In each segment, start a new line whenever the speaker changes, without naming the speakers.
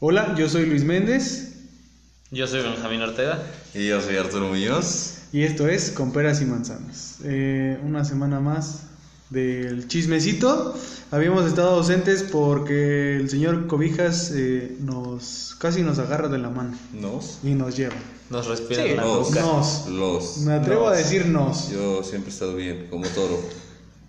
Hola, yo soy Luis Méndez
Yo soy Benjamín Ortega.
Y yo soy Arturo Muñoz.
y esto es Con Peras y Manzanas. Eh, una semana más del chismecito. Habíamos estado ausentes porque el señor Cobijas eh, nos casi nos agarra de la mano
Nos.
y nos lleva.
Nos respira
Sí,
en la
no.
boca.
Nos.
Los.
Me atrevo a decir nos.
Yo siempre he estado bien, como toro.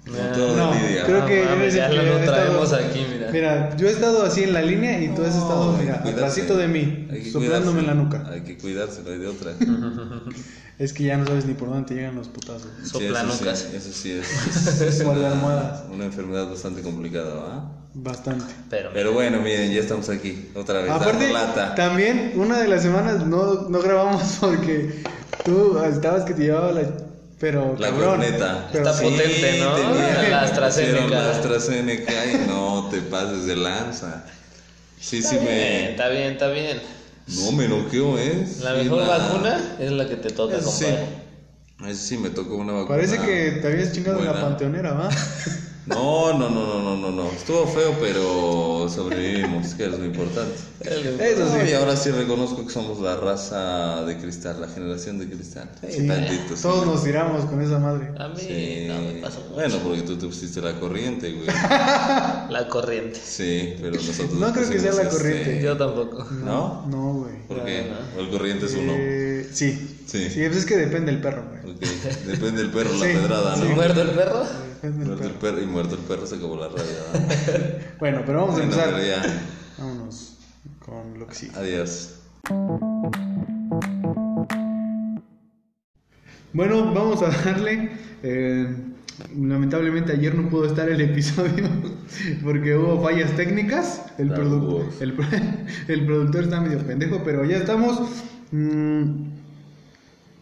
Como
Ah,
toro
no,
de Lidia.
creo que
Ah,
yo
mames,
eres el
ya
que
lo
ha estado-
traemos aquí, mira.
Mira, yo he estado así en la línea y tú has estado,
No, hay
mira,
que cuidarse.
atrásito de mí,
Hay que
soplándome en la
cuidarse.
nuca.
Hay que cuidarse, no hay de
Mm.
otra.
Es que ya no sabes ni por dónde te llegan los putazos.
Soplanucas.
Sí, eso sí, eso sí es, es
Como de
una-
almohadas.
una enfermedad bastante complicada, ¿va?
Bastante.
Pero,
Pero bueno, miren, ya estamos aquí, otra vez. dando
Aparte,
lata.
también una de las semanas no, no grabamos porque tú estabas que te llevaba la. Pero
La
cabrón.
corneta.
Pero
Está
sí.
potente. ¿no?
tenía-
La AstraZeneca.
pusieron La AstraZeneca y no te pases de lanza. Sí, sí
Eh,
me.
está bien, está bien.
No me noqueó, ¿eh?
La
Sí,
mejor
la-
vacuna es la que te toca,
Eso sí.
compadre.
Eso sí, me tocó una vacuna.
Parece que te habías chingado en la
buena.
panteonera, ¿va?
No, no, no, no, no, no, no. Estuvo feo, pero sobrevivimos, que es lo importante. Eso sí, y ahora sí reconozco que somos la raza de cristal, la generación de cristal.
Sí.
Tantito, sí.
Todos nos tiramos con esa madre.
A mí
Sí.
no me pasó mucho.
Bueno, porque tú te pusiste la corriente, güey.
La corriente.
Sí, pero nosotros.
No creo que sea la
pusimos,
corriente.
este,
Yo tampoco.
¿No?
No, güey.
¿Por
La-
qué? ¿O el corriente es Pues uno?
Eh, sí.
Sí.
pues es que depende el perro, güey.
Ok, Depende del perro, la
Sí,
pedrada, ¿no?
sí.
¿Muerto el perro?
Depende del
Muerto el
perro.
perro y muerto el perro se acabó la rabia. ¿no?
Bueno, pero vamos a
Bueno,
empezar.
pero ya.
Vámonos con lo que sí.
Adiós.
Bueno, vamos a darle. eh, lamentablemente ayer no pudo estar el episodio porque hubo fallas técnicas. El,
Star
produ-
Wars.
el, pro- el productor está medio pendejo, pero ya estamos mm,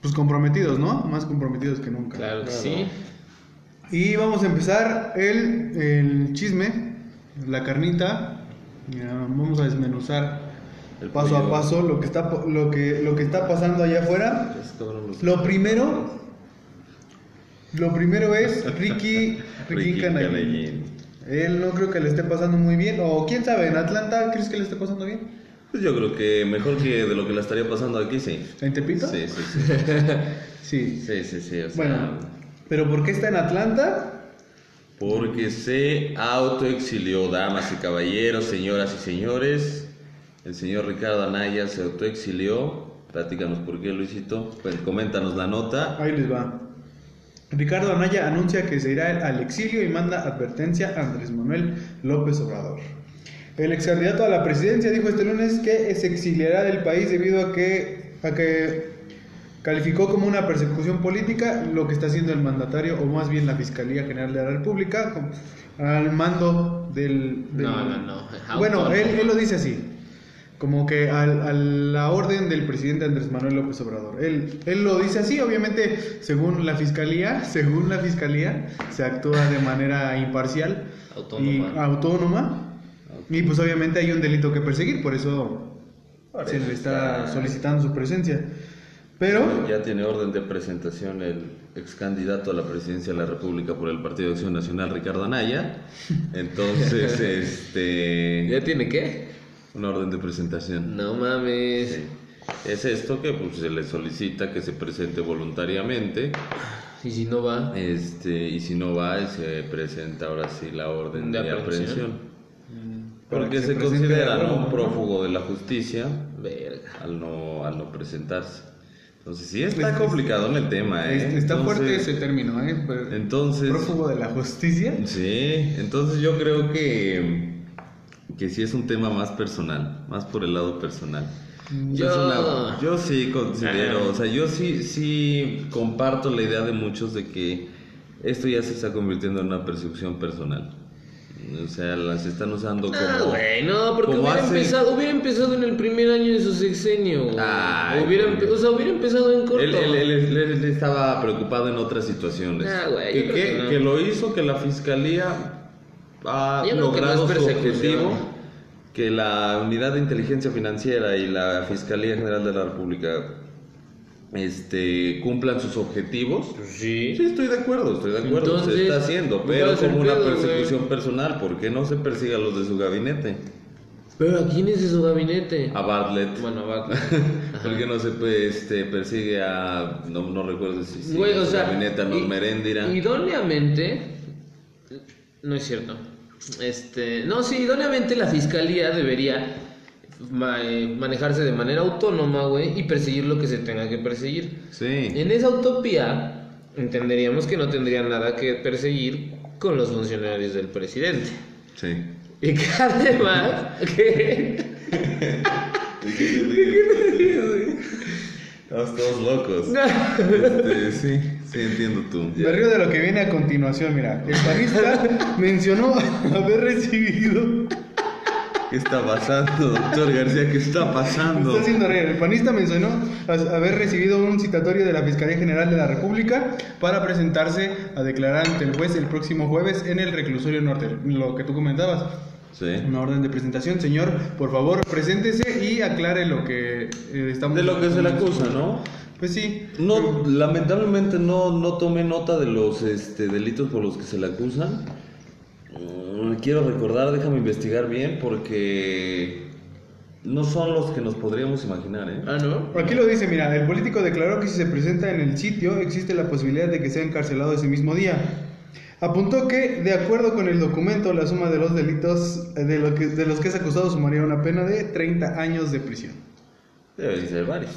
pues comprometidos, ¿no? Más comprometidos que nunca.
Claro que sí.
Y vamos a empezar el, el chisme, la carnita. Ya, Vamos a desmenuzar
El
paso a
pollo.
paso lo que está po- lo que lo que está pasando allá afuera. Lo primero. Lo primero es Ricky. Ricky Canallín. Él no creo que le esté pasando muy bien. O quién sabe, en Atlanta, ¿crees que le esté pasando bien?
Pues yo creo que mejor que de lo que la estaría pasando aquí, sí.
¿En Tepito?
Sí, sí, sí.
Sí.
Sí, sí, sí. O sea,
Bueno, pero ¿por qué está en Atlanta?
Porque se autoexilió, damas y caballeros, señoras y señores. El señor Ricardo Anaya se autoexilió. Platícanos por qué, Luisito. Pues, coméntanos la nota.
Ahí les va. Ricardo Anaya anuncia que se irá al exilio y manda advertencia a Andrés Manuel López Obrador. El ex candidato a la presidencia dijo este lunes que se exiliará del país debido a que, a que calificó como una persecución política lo que está haciendo el mandatario, o más bien la Fiscalía General de la República, con- al mando del... del-
No, no, no.
Bueno,
Autónomo.
él, él lo dice así, como que al- a la orden del presidente Andrés Manuel López Obrador. Él, él lo dice así, obviamente, según la Fiscalía, según la Fiscalía, se actúa de manera imparcial y
ah,
Autónoma.
autónoma. Y pues obviamente hay un delito que perseguir, por eso se le está solicitando su presencia. Pero
Ya tiene orden de presentación el ex candidato a la presidencia de la República por el Partido de Acción Nacional, Ricardo Anaya. Entonces, este.
¿Ya tiene qué?
Una orden de presentación.
No mames.
Sí. Es esto que pues, se le solicita que se presente voluntariamente.
¿Y si no va?
Este, y si no va, se presenta ahora sí la orden
De
de,
aprehensión.
aprehensión.
para
Porque
que
se,
presente
considera
de nuevo,
¿no? prófugo de la justicia
Verga.
al no, al no presentarse. Entonces, sí
Pues, Es-
está complicado en el tema, ¿eh?
Es- Está fuerte
Entonces-
ese término, ¿eh? Pero-
Entonces,
prófugo de la justicia.
sí, entonces yo creo que, que sí es un tema más personal, más por el lado personal.
Yo-
Es una- yo sí considero, o sea, yo sí, sí comparto la idea de muchos de que esto ya se está convirtiendo en una percepción personal. O sea, las están usando como...
Ah, güey, no, porque
como
hubiera,
hace-
empezado, hubiera empezado en el primer año de su sexenio. güey.
Ay,
hubiera,
güey.
empe- o sea, hubiera empezado en corto.
Él, él- él- él- él estaba preocupado en otras situaciones.
Ah, güey,
que,
yo creo
que-
que no.
que lo hizo, que la fiscalía ha
Yo creo que no
logrado
es
su
persecución.
objetivo, que la unidad de inteligencia financiera y la fiscalía general de la República este, cumplan sus objetivos.
Sí.
Sí, estoy de acuerdo, estoy de acuerdo,
Entonces,
se está haciendo,
¿cuál
pero
es el
como una
pedo,
persecución personal, ¿por qué no se persigue a los de su gabinete?
Pero ¿a quién es de su gabinete?
A Bartlett.
Bueno, va.
Porque no se pe- este, persigue a. No, no recuerdo si. si
Güey, o sea,
Gabinete a
y-
Merendira.
Idóneamente, no es cierto. Este, no, sí, idóneamente la fiscalía debería ma- eh, manejarse de manera autónoma, güey, y perseguir lo que se tenga que perseguir.
Sí.
En esa utopía entenderíamos que no tendría nada que perseguir con los funcionarios del presidente.
Sí.
Y que además, que-
Estamos todos locos. Este, sí, sí, entiendo tú.
Me río de lo que viene a continuación, mira. El panista mencionó haber recibido.
¿Qué está pasando, doctor García? ¿Qué está
Me
pasando?
está haciendo reír. El panista mencionó as- haber recibido un citatorio de la Fiscalía General de la República para presentarse a declarar ante el juez el próximo jueves en el reclusorio norte. Lo que tú comentabas.
Sí.
Una orden de presentación, señor. Por favor, preséntese y aclare lo que eh, estamos.
De lo que se le acusa, ¿no?
Pues sí.
No, lamentablemente no, no tomé nota de los este, delitos por los que se le acusan. Mm, Quiero recordar, déjame investigar bien porque no son los que nos podríamos imaginar, ¿eh?
Ah, ¿no?
Aquí lo dice, mira, el político declaró que si se presenta en el sitio existe la posibilidad de que sea encarcelado ese mismo día. Apuntó que, de acuerdo con el documento, la suma de los delitos eh, de, lo que- de los que es acusado sumaría una pena de 30 años de prisión.
Deben ser varios.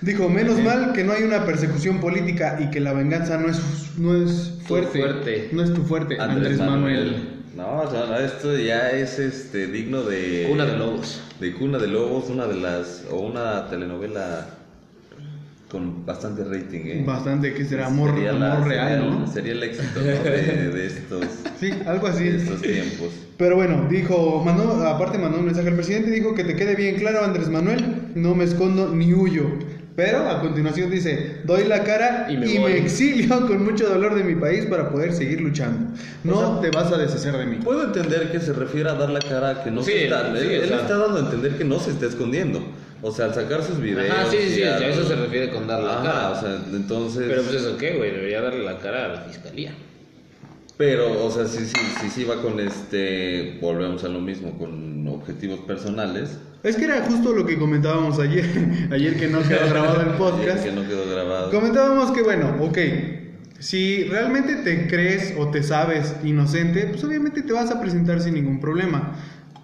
Dijo, menos mal que no hay una persecución política y que la venganza no es, no es fuerte.
fuerte.
No es tu fuerte, Eh, Andrés, Manuel.
No, o sea, no, esto ya es este digno de
Cuna de lobos.
De Cuna de Lobos, una de las o una telenovela con bastante rating, ¿eh?
Bastante que será amor,
Sería la-
amor
sería
real,
el-
¿no?
Sería el éxito ¿no? de, de estos,
Sí, algo así.
de estos tiempos.
Pero bueno, dijo, mandó, aparte mandó un mensaje al presidente, dijo que te quede bien claro, Andrés Manuel, no me escondo ni huyo. Pero a continuación dice, doy la cara y
Y
me,
me voy".
exilio con mucho dolor de mi país para poder seguir luchando. No te vas a deshacer de mí.
Puedo entender que se refiere a dar la cara a que no
Sí,
se está.
sí,
él
o
él
sea.
está dando a entender que no se está escondiendo. O sea, al sacar sus videos.
Ah, sí,
y
sí, sí,
al-
a eso se refiere con dar la
Ajá,
cara.
O sea, entonces.
Pero
Pero,
pues eso qué, güey, debería darle la cara a la fiscalía.
o sea, sí, sí, sí, sí va con este. Volvemos a lo mismo, con objetivos personales. eh,
Es que era justo lo que comentábamos ayer, ayer que no quedó grabado el podcast.
Que no quedó grabado.
Comentábamos que, bueno, ok, si realmente te crees o te sabes inocente, pues obviamente te vas a presentar sin ningún problema.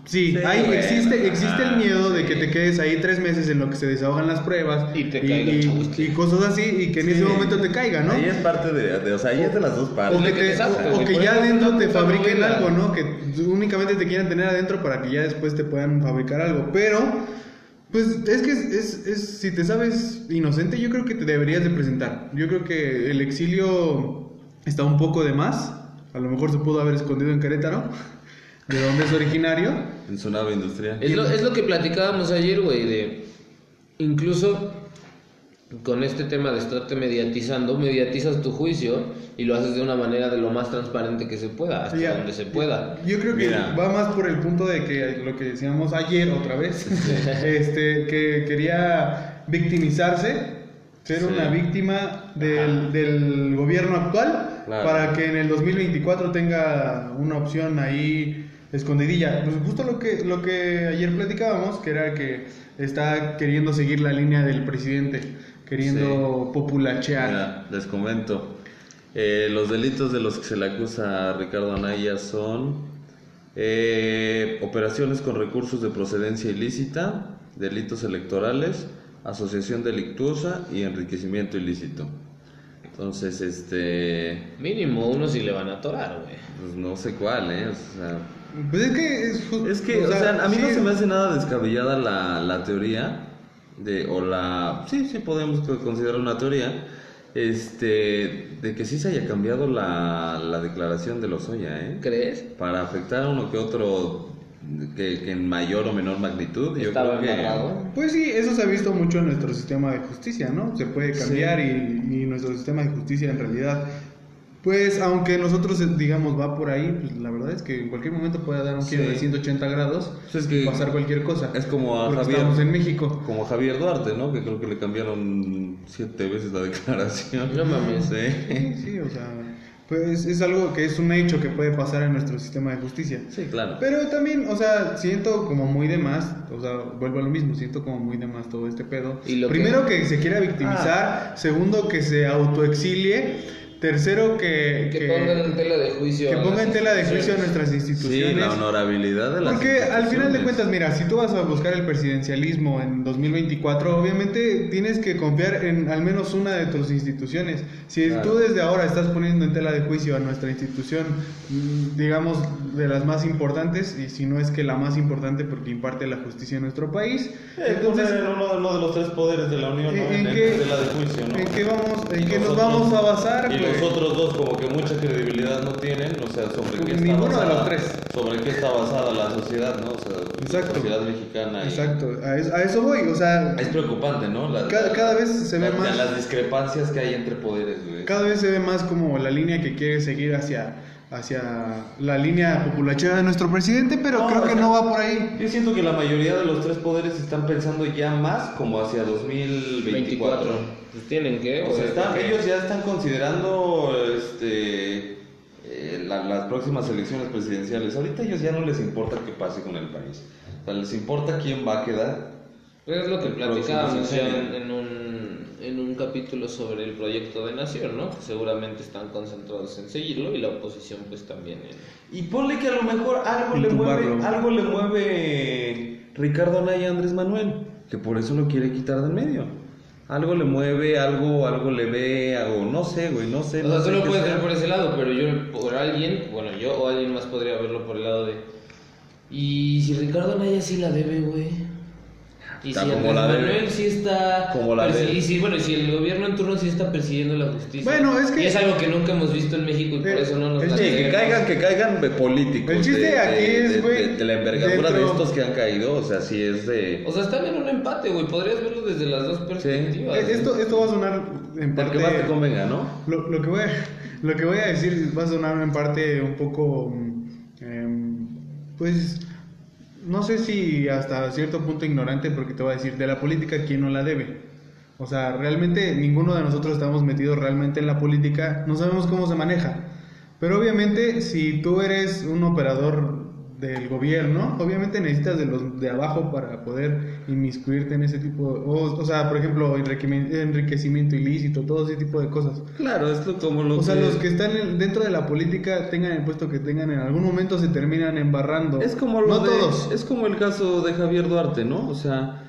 Sí,
Sí,
hay-
bueno,
existe, existe el
ajá,
miedo de
sí.
que te quedes ahí tres meses en lo que se desahogan las pruebas
Y te caiga el chahuistle.
y cosas así y que en ese
Sí.
momento te caiga, ¿no?
Ahí es parte de, de- O sea, ahí es de las dos partes.
O que,
que
te-
te saque,
o- o
güey,
que
por
ya
eso
adentro
tanta
te fabriquen
novela.
algo, ¿no? Que únicamente te quieran tener adentro para que ya después te puedan fabricar algo. Pero, pues es que es, es- es- si te sabes inocente, yo creo que te deberías de presentar. Yo creo que el exilio está un poco de más. A lo mejor se pudo haber escondido en Querétaro, de donde es originario.
En su nave industrial.
Es lo, es lo que platicábamos ayer, güey, de incluso con este tema de estarte mediatizando, mediatizas tu juicio y lo haces de una manera de lo más transparente que se pueda, hasta
Ya.
donde se pueda.
Yo creo que
Mira.
va más por el punto de que lo que decíamos ayer otra vez, este, que quería victimizarse, ser
Sí.
una víctima del, del gobierno actual,
Claro.
para que en el 2024 tenga una opción ahí escondidilla. Pues justo lo que, lo que ayer platicábamos, que era que está queriendo seguir la línea del presidente, queriendo populachear.
Mira, les comento. Eh, los delitos de los que se le acusa a Ricardo Anaya son eh, operaciones con recursos de procedencia ilícita, delitos electorales, asociación delictuosa y enriquecimiento ilícito. Entonces, este,
Mínimo uno sí le van a atorar, güey.
pues no sé cuál, ¿eh? O sea,
Pues es que es, ju-
es que, o sea, a mí no
sí.
se me hace nada descabellada la, la teoría de, o la, sí, sí podemos co- considerar una teoría, este, de que sí se haya cambiado la, la declaración de los Oya, ¿eh?
¿Crees?
Para afectar a uno que otro, que, que en mayor o menor magnitud, yo
Estaba
creo que...
embarrado.
Pues sí, eso se ha visto mucho en nuestro sistema de justicia, ¿no? Se puede cambiar y, y nuestro sistema de justicia en realidad, pues aunque nosotros eh, digamos va por ahí, pues la verdad es que en cualquier momento puede dar un giro
Sí.
de 180 grados
Pues es
y
que
pasar cualquier cosa.
es como a
porque
Javier.
estamos en México.
Como Javier Duarte, ¿no? Que creo que le cambiaron siete veces la declaración.
No mames.
Sí.
Sí, sí, o sea, pues es algo que es un hecho que puede pasar en nuestro sistema de justicia.
Sí, claro.
Pero también, o sea, siento como muy de más, o sea, vuelvo a lo mismo, siento como muy de más todo este pedo.
Y lo Ah. que-
Primero que se quiera victimizar, segundo que se autoexilie, tercero que...
Que pongan en tela de juicio.
que
a
ponga
las
en tela de juicio a
instituciones.
nuestras instituciones.
Sí, la honorabilidad de las
Porque al final de
instituciones.
cuentas, mira, si tú vas a buscar el presidencialismo en 2024, obviamente tienes que confiar en al menos una de tus instituciones. Si
Claro.
tú desde ahora estás poniendo en tela de juicio a nuestra institución, mm, digamos, de las más importantes, y si no es que la más importante porque imparte la justicia en nuestro país,
Entonces,
entonces,
uno, uno Eh, pues de los tres poderes de la Unión, ¿no?
¿en, en
En-
qué,
en la de juicio, ¿no?
en qué vamos, en
Y
qué nos
los
vamos a
otros-
basar? Pues,
Y
güey?
los otros dos como que mucha credibilidad no tienen, o sea, sobre qué está
Pues Ninguno de
basada,
los tres.
Sobre qué está basada la sociedad, ¿no? O sea,
Exacto.
la sociedad mexicana. y-
Exacto, a eso, a eso voy, o sea,
Es preocupante, ¿no? La-
Cada- cada vez se ve
la-
más-
Las discrepancias que hay entre poderes, güey.
Cada vez se ve más como la línea que quiere seguir hacia, hacia la línea populachera de nuestro presidente, pero
No,
creo que
o sea,
no va por ahí.
Yo siento que la mayoría de los tres poderes están pensando ya más como hacia
24.
2024.
Pues tienen que,
O sea,
güey,
están-
porque-
ellos ya están considerando este, eh, la- las próximas elecciones presidenciales. Ahorita a ellos ya no les importa qué pase con el país. O sea, les importa quién va a quedar.
Pues es lo que
El próximo
platicábamos ya
sexenio.
en, en un, en un capítulo sobre el proyecto de nación, ¿no? Que seguramente están concentrados en seguirlo y la oposición pues también en...
Y ponle que a lo mejor algo
Y
le
tumbarlo.
mueve, algo le mueve Ricardo Anaya a Andrés Manuel, que por eso lo quiere quitar del medio. Algo le mueve, algo, algo le ve, algo, no sé, güey, no sé.
O sea,
no
tú
sé
lo
qué
puedes
sea.
ver por ese lado, pero yo por alguien, bueno, yo o alguien más podría verlo por el lado de... Y si Ricardo Anaya sí la debe, güey. Y
Está
si
como
Andrés
la debe.
Manuel sí está...
Como la
persi-
debe.
Y si, bueno, y si el gobierno en turno sí está persiguiendo la justicia.
Bueno, es que-
Y es algo que nunca hemos visto en México y por
Eh,
eso no nos
es
la
que-
Sí, que
creemos.
caigan, que caigan de políticos.
El chiste
de-
aquí
de-
es,
de-
güey,
de- de la envergadura de
dentro-
estos que han caído, o sea, sí es de.
O sea, están en un empate, güey. Podrías verlo desde las dos perspectivas.
Eh, Esto, esto va a sonar en
Porque
parte...
más te convenga, ¿no?
Lo, lo que voy a, lo que voy a decir va a sonar en parte un poco, mm, em, pues, no sé si hasta cierto punto ignorante, porque te voy a decir, de la política, ¿quién no la debe? O sea, realmente ninguno de nosotros estamos metidos realmente en la política, no sabemos cómo se maneja. Pero obviamente, si tú eres un operador del gobierno, obviamente necesitas de los de abajo para poder inmiscuirte en ese tipo, o, o sea, por ejemplo, enriquecimiento, enriquecimiento ilícito, todo ese tipo de cosas.
Claro, esto como lo
O sea,
que-
los que están en- dentro de la política, tengan el puesto que tengan, en algún momento se terminan embarrando.
Es como lo
No
de-
todos.
Es como el caso de Javier Duarte, ¿no? O sea,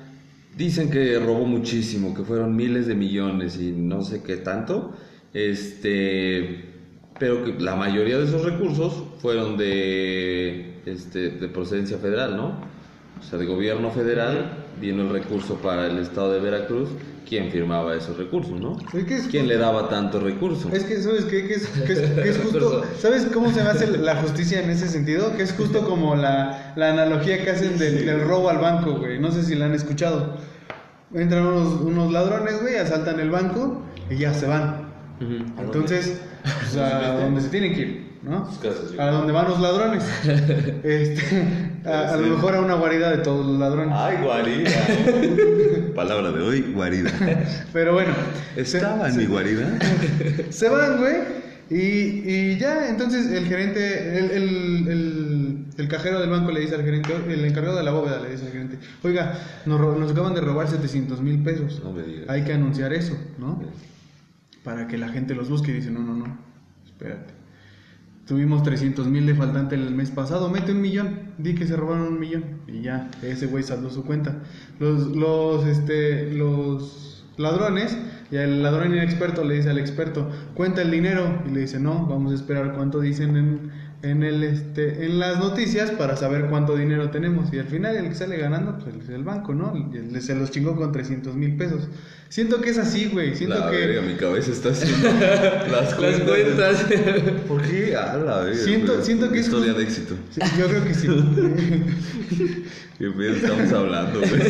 dicen que robó muchísimo, que fueron miles de millones y no sé qué tanto. Este, pero que la mayoría de esos recursos fueron de, este, de procedencia federal, ¿no? O sea, de gobierno federal vino el recurso para el estado de Veracruz. ¿Quién firmaba esos recursos, no?
Es que es
¿Quién le daba tantos recursos?
Es que, ¿sabes qué? Que es, que es- que es justo. ¿Sabes cómo se me hace la justicia en ese sentido? Que es justo como la, la analogía que hacen del, del robo al banco, güey. No sé si la han escuchado. Entran unos, unos ladrones, güey, asaltan el banco y ya se van.
Ujú.
Entonces, pues, a donde se tienen que ir, ¿no?
Sus casas, yo
A donde van los ladrones. Este, a, a lo mejor a una guarida de todos los ladrones.
Ah.
Ay, guarida.
Palabra de hoy, guarida.
Pero bueno. se-
¿Estaba en mi guarida?
Se van, güey. Y, y ya, entonces el gerente, el, el, el, el cajero del banco le dice al gerente, el encargado de la bóveda le dice al gerente, oiga, nos, ro- nos acaban de robar 700 mil pesos.
No me digas. Eh.
Hay que anunciar eso, ¿no? Para que la gente los busque y dice, no, no, no, espérate. Tuvimos 300 mil de faltante el mes pasado, mete un millón, di que se robaron un millón. Y ya, ese güey saldó su cuenta. Los, los, este, los ladrones, y el ladrón inexperto le dice al experto, cuenta el dinero. Y le dice, no, vamos a esperar cuánto dicen en, en, el, este, en las noticias para saber cuánto dinero tenemos. Y al final el que sale ganando, pues es el banco, ¿no? Y el- Se los chingó con 300 mil pesos. Siento que es así, güey. Siento
la
que...
verga, mi cabeza está haciendo las cuentas.
Las cuentas.
¿Por qué? A la verga,
Siento-
güey.
siento que es
Historia
justo-
de éxito.
Sí, Yo creo que sí.
¿Qué pedo estamos hablando, güey?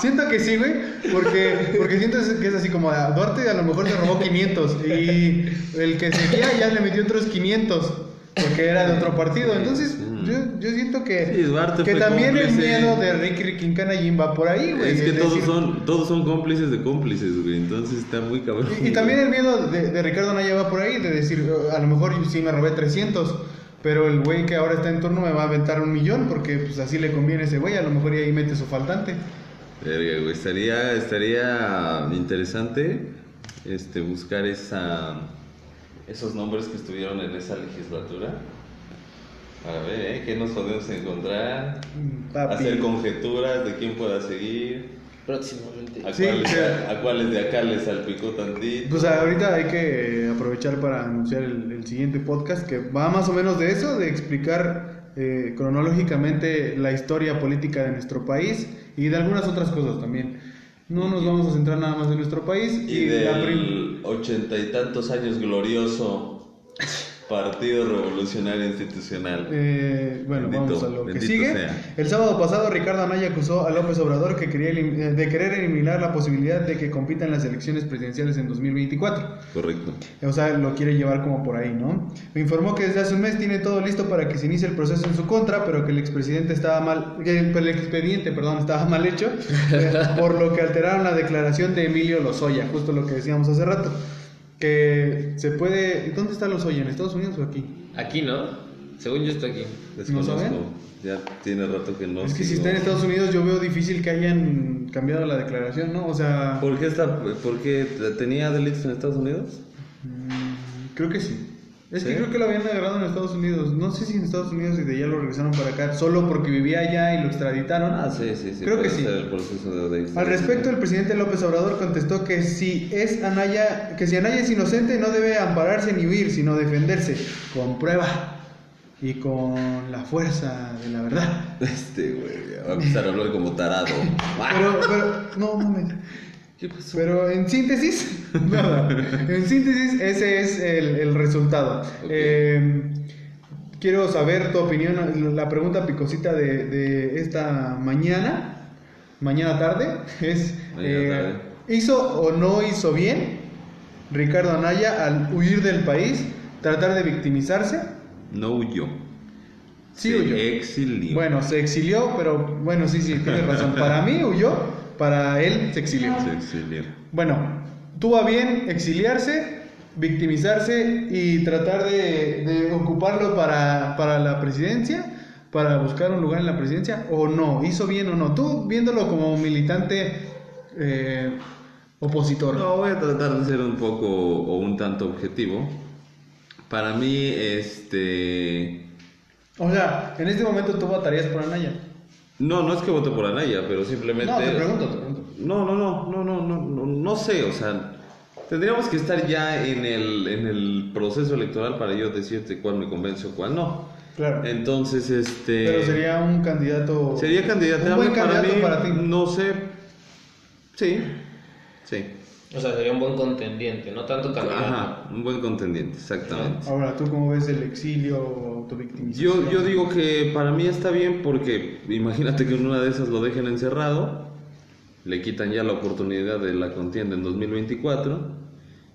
siento que sí, güey, porque, porque siento que es así como ah, a Duarte a lo mejor se robó 500 y el que seguía ya le metió otros 500. porque era de otro partido. Entonces,
Mm.
yo, yo siento que,
Sí, Duarte
que
fue
también el
cómplice.
miedo de Ricky Riquincana y va por ahí, güey.
Es que todos
decir,
son, todos son cómplices de cómplices, güey. Entonces está muy cabrón.
Y, y también el miedo de, de Ricardo Anaya va por ahí, de decir, a lo mejor yo sí me robé 300, pero el güey que ahora está en turno me va a aventar un millón, porque pues así le conviene a ese güey, a lo mejor y ahí mete su faltante.
Verga, güey, Estaría, estaría interesante este, buscar esa.
Esos nombres que estuvieron en esa legislatura. A ver, ¿eh? ¿qué nos podemos encontrar?
Mm, papi.
Hacer conjeturas de quién pueda seguir.
Próximamente.
¿A,
Sí,
cuáles,
sí.
a cuáles de acá les salpicó tantito?
Pues ahorita hay que aprovechar para anunciar el, el siguiente podcast que va más o menos de eso, de explicar eh, cronológicamente la historia política de nuestro país y de algunas otras cosas también. No nos vamos a centrar nada más en nuestro país y,
y
de la prim-
del ochenta y tantos años glorioso Partido Revolucionario Institucional.
Eh, bueno,
Bendito,
vamos a lo que
bendito
sigue.
sea.
El sábado pasado, Ricardo Anaya acusó a López Obrador que quería elim- eh, de querer eliminar la posibilidad de que compitan las elecciones presidenciales en 2024.
Correcto.
O sea, lo quiere llevar como por ahí, ¿no? Me informó que desde hace un mes tiene todo listo para que se inicie el proceso en su contra, pero que el expresidente estaba mal, que el, el expediente, perdón, estaba mal hecho, eh, por lo que alteraron la declaración de Emilio Lozoya, justo lo que decíamos hace rato. Que se puede. ¿Dónde está Lozoya? ¿En Estados Unidos o aquí?
Aquí, ¿no? Según yo está aquí.
¿No saben?
Desconozco. Ya tiene rato que no.
Es que si
sigo.
está en Estados Unidos yo veo difícil que hayan cambiado la declaración, ¿no? O sea,
¿Por qué, está, ¿Por qué tenía delitos en Estados Unidos?
mm, creo que sí. Es que
¿Sí?
creo que lo habían agarrado en Estados Unidos. No sé si en Estados Unidos y de allá lo regresaron para acá solo porque vivía allá y lo extraditaron.
Ah, sí, sí, sí.
Creo que
puede
sí.
ser el proceso de- de-
Al respecto, el presidente López Obrador contestó que si es Anaya, que si Anaya es inocente no debe ampararse ni huir, sino defenderse con prueba y con la fuerza de la verdad.
Este, güey, ya va a empezar a hablar como tarado.
Pero, pero, no mames. Pero en síntesis, nada. En síntesis, ese es el, el resultado.
Ok.
Eh, quiero saber tu opinión. La pregunta picosita de, de esta mañana, mañana tarde, es:
Mañana
eh,
tarde.
¿hizo o no hizo bien Ricardo Anaya al huir del país, tratar de victimizarse?
No huyó.
Sí,
Se
huyó.
Exilió.
Bueno, se exilió, pero bueno, sí, sí, tienes razón. Para mí huyó, para él se exilió.
Se exilió.
Bueno, tuvo a bien exiliarse, victimizarse y tratar de, de ocuparlo para, para la presidencia, para buscar un lugar en la presidencia, o no, hizo bien o no. Tú viéndolo como militante eh, opositor.
No, voy a tratar de ser un poco o un tanto objetivo. Para mí, este.
O sea, en este momento tú votarías por Anaya.
No, no es que voto por Anaya, pero simplemente.
No, te pregunto, te pregunto.
No, no, no, no, no, no, no, no sé, o sea, tendríamos que estar ya en el, en el proceso electoral para yo decirte cuál me convence o cuál no.
Claro.
Entonces, este...
Pero sería un candidato.
Sería candidato
Un buen
para
candidato
mí,
para ti.
No sé. Sí, sí.
O sea, sería un buen contendiente, no tanto candidato.
Ajá, un buen contendiente, exactamente.
Ahora, ¿tú cómo ves el exilio o autovictimización?
Yo, yo digo que para mí está bien porque imagínate que en una de esas lo dejen encerrado, le quitan ya la oportunidad de la contienda en 2024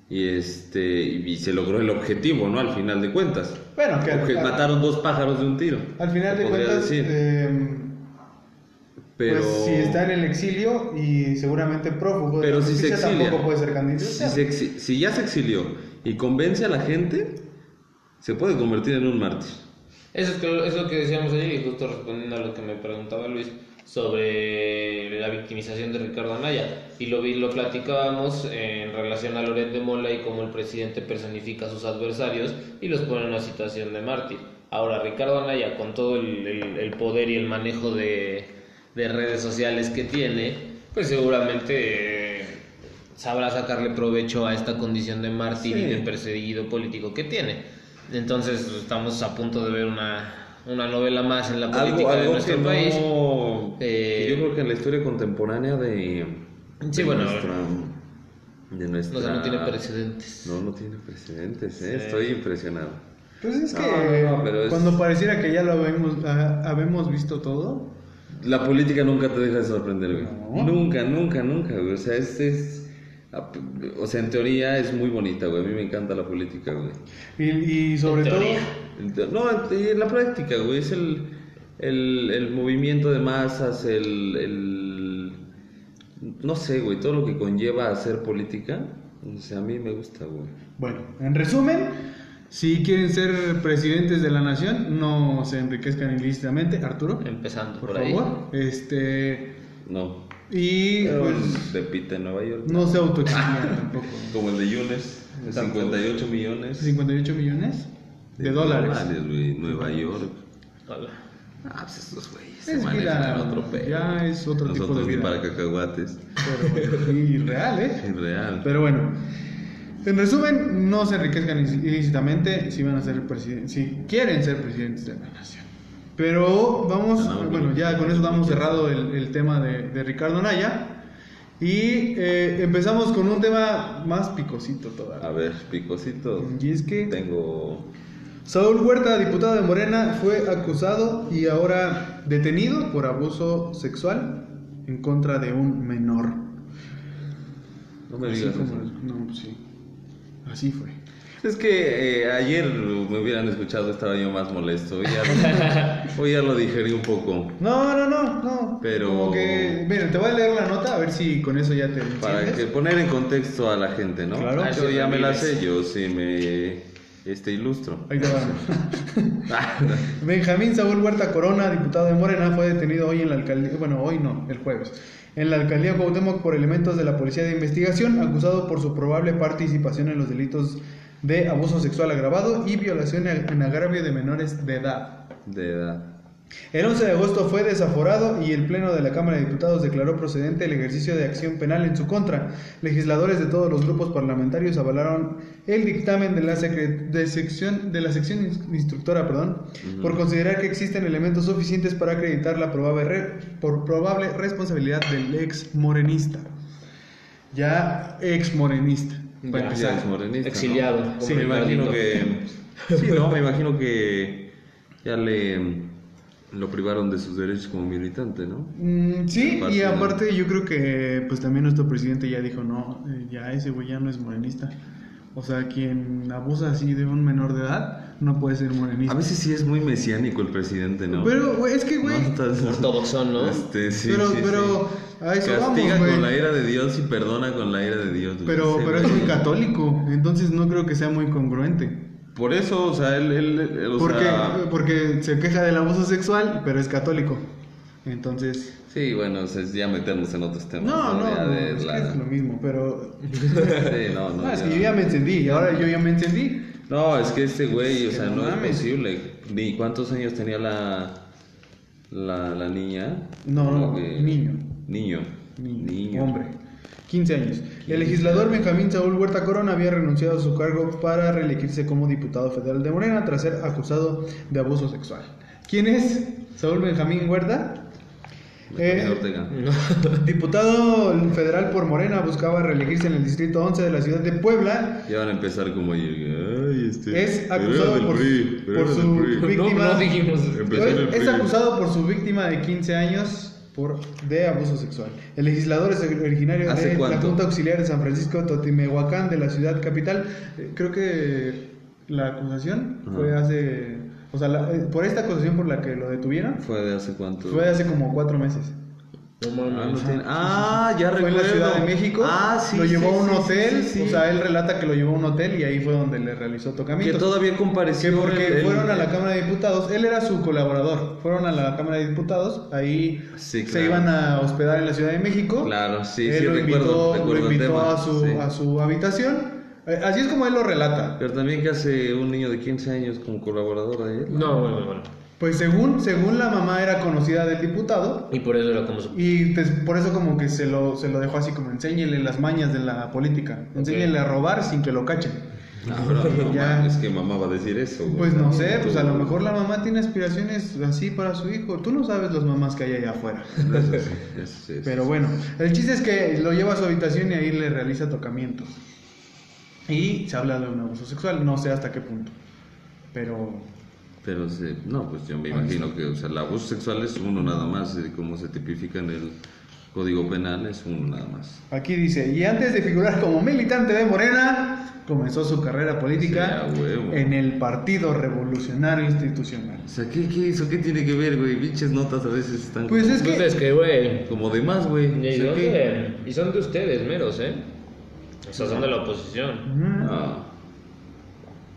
y este y se logró el objetivo, ¿no? Al final de cuentas.
Bueno, que al-
Porque
al-
mataron dos pájaros de un tiro.
Al final
se
de
podría
cuentas,
decir.
eh,
pero
Pues si está en el exilio y seguramente prófugo, de
pero
la
si se
justicia,
exilia,
tampoco puede ser candidato.
si, se exi- si ya se exilió y convence a la gente, se puede convertir en un mártir.
Eso es, que- es lo que decíamos ayer y justo respondiendo a lo que me preguntaba Luis sobre la victimización de Ricardo Anaya. Y lo, vi- lo platicábamos en relación a Loret de Mola y cómo el presidente personifica a sus adversarios y los pone en una situación de mártir. Ahora, Ricardo Anaya, con todo el, el- el poder y el manejo de, de redes sociales que tiene, pues seguramente eh, sabrá sacarle provecho a esta condición de mártir y de perseguido político que tiene. Entonces pues, estamos a punto de ver una, una novela más en la
algo,
política de
algo que
nuestro país.
no
Eh,
que yo creo que en la historia contemporánea de
Sí,
de
bueno,
nuestra, de nuestra
O sea, no tiene precedentes.
no no tiene precedentes eh,
Sí.
estoy impresionado
Pues es que
No, no, no, pero es-
cuando pareciera que ya lo habemos, ah, habemos visto todo,
la política nunca te deja de sorprender güey.
No.
nunca nunca nunca güey. o sea este es, es O sea, en teoría es muy bonita, güey. A mí me encanta la política, güey.
Y, y sobre
En
todo,
teoría.
No, en la práctica, güey, es el, el, el movimiento de masas, el, el- No sé, güey, todo lo que conlleva hacer política. O sea, a mí me gusta, güey.
bueno, en resumen, si quieren ser presidentes de la nación, no se enriquezcan ilícitamente, Arturo,
Empezando
por,
por, ahí.
favor. Este
No.
y
Pero
pues
de Pita en Nueva York.
no se autoexilian tampoco.
Como el de Yunes, de
Tanto.
58 millones.
58 millones de dólares.
güey, Nueva York.
Hola.
Ah, pues esos güeyes se
Es
manejan en
vida,
otro pedo.
ya es otro
Nosotros
tipo de
ni
vida.
para cacahuates.
Pero bueno, y real, ¿eh?
Es real.
Pero bueno, en resumen, no se enriquezcan ilí- ilícitamente si van a ser presiden- si quieren ser presidentes de la nación. Pero vamos,
Ah, no,
bueno,
no.
ya con eso damos cerrado el, el tema de, de Ricardo Naya. Y eh, empezamos con un tema más picosito
A
todavía.
ver, picosito.
Y es que
Tengo.
Saúl Huerta, diputado de Morena, fue acusado y ahora detenido por abuso sexual en contra de un menor.
No me
Así
digas
como-
eso.
no, pues sí. Así fue.
Es que eh, ayer me hubieran escuchado, estaba yo más molesto. Hoy ya, hoy ya lo digerí un poco.
No, no, no, no.
Pero-
Como que. Miren, te voy a leer la nota a ver si con eso ya te.
Para
enciendes.
que poner en contexto a la gente, ¿no?
Claro.
Ah, Yo ya me la sé, yo sí me este ilustro.
Ahí te va. Benjamín Saúl Huerta Corona, diputado de Morena, fue detenido hoy en la alcaldía. Bueno, hoy no, el jueves. En la alcaldía Cuauhtémoc por elementos de la policía de investigación, acusado por su probable participación en los delitos de abuso sexual agravado y violación en agravio de menores de edad.
De edad.
El 11 de agosto fue desaforado y el Pleno de la Cámara de Diputados declaró procedente el ejercicio de acción penal en su contra. Legisladores de todos los grupos parlamentarios avalaron el dictamen de la, secre- de sección, de la sección ins- instructora perdón, por considerar que existen elementos suficientes para acreditar la probable, re- por probable responsabilidad del ex morenista. Ya ex morenista. para
Ya,
empezar.
es morenista, ¿no?
Exiliado, como
Sí, me imagino
Ricardito.
que. Sí, no, me imagino que ya le lo privaron de sus derechos como militante, ¿no?
Mm, sí,
Aparte
y
de-
aparte yo creo que pues también nuestro presidente ya dijo, no, eh, ya ese güey ya no es morenista. O sea, quien abusa así de un menor de edad no puede ser morenista.
A veces sí es muy mesiánico el presidente, ¿no?
Pero güey, es que
No,
güey,
estás-
Ortodoxo, ¿no?
Este, sí,
pero
sí, sí.
pero a eso
Castiga
vamos,
con la
güey.
ira de Dios y perdona con la ira de Dios. güey.
Pero
Ese
pero
güey.
es muy católico, entonces no creo que sea muy congruente.
Por eso, o sea, él, él, él, o
Porque
sea,
porque se queja del abuso sexual, pero es católico. Entonces,
sí, bueno, o sea, es ya meternos en otros temas.
no, no,
Ya
no,
de
es, que
la-
es lo mismo, pero
Sí, no, no,
Ah, es
ya
que
no.
yo ya me encendí, y ahora yo ya me encendí.
No, es que este güey, o
Que
sea,
no
no
mames.
es posible. Ni cuántos años tenía la la, la niña.
No, no,
La que-
niño.
Niño.
Niño,
Niño.
Hombre. 15 años. El legislador Benjamín Saúl Huerta Corona había renunciado a su cargo para reelegirse como diputado federal de Morena tras ser acusado de abuso sexual. ¿Quién es Saúl Benjamín Huerta?
Benjamín
Eh,
Ortega.
Diputado federal por Morena buscaba reelegirse en el distrito 11 de la ciudad de Puebla.
Ya van a empezar como yo. Ay, este.
Es
pero
acusado
era del
por-
PRI, pero
por
era del
su-
PRI.
No,
Víctima-
no dijimos.
Empezó en el
Es
PRI.
acusado por su víctima de 15 años por, de abuso sexual. El legislador es originario
¿Hace
de la
cuánto?
Junta Auxiliar de San Francisco Totimehuacán de la ciudad capital. Eh, Creo que la acusación
Ajá.
fue hace... O sea, la- eh, por esta acusación por la que lo detuvieron
¿Fue de hace cuánto?
fue hace como cuatro meses.
No
Ah, no
mames.
tiene- ah, ya
Fue en
recuerdo.
la Ciudad de México.
Ah, sí.
lo
sí,
llevó a un
sí, sí,
hotel.
sí, sí.
O sea, él relata que lo llevó a un hotel y ahí fue donde le realizó
que
tocamientos.
todavía compareció.
Que porque
el- el-
fueron a la Cámara de Diputados, él era su colaborador, fueron a la Cámara de Diputados, ahí
Sí,
se
claro.
iban a hospedar en la Ciudad de México.
Claro, sí,
él
sí,
lo
recuerdo,
invitó,
recuerdo
lo
el
invitó
tema,
a, su,
sí.
a su habitación. Eh, Así es como él lo relata.
Pero también que hace un niño de 15 años como colaborador de él.
No, bueno, bueno.
Pues según, según la mamá era conocida del diputado
Y por eso era como su.
y pues, por eso como que se lo, se lo dejó así como enséñele las mañas de la política, enséñele a robar sin que lo cachen.
Ah, pero no
Ya.
mames, que mamá va a decir eso. güey.
Pues no sé,
Tú-
pues a lo mejor la mamá tiene aspiraciones así para su hijo. Tú no sabes las mamás que hay allá afuera.
Eso sí, eso sí, eso
Pero
sí.
bueno, el chiste es que lo lleva a su habitación y ahí le realiza tocamientos. Y se habla de un abuso sexual, no sé hasta qué punto. Pero
Pero sí, no, pues yo me imagino que o sea, el abuso sexual es uno nada más, eh, como se tipifica en el Código penal es uno nada más.
Aquí dice, y antes de figurar como militante de Morena, comenzó su carrera política
Sí, a huevo.
en el Partido Revolucionario Institucional.
O sea, ¿qué, qué hizo? ¿Qué tiene que ver, güey? Pinches notas a veces están
Pues es
Pues
que...
es que, güey.
como de más, güey.
¿Y,
O sea,
dónde?
¿qué?
y son de ustedes, meros, ¿eh? O sea, son de la oposición.
Ujú.
No.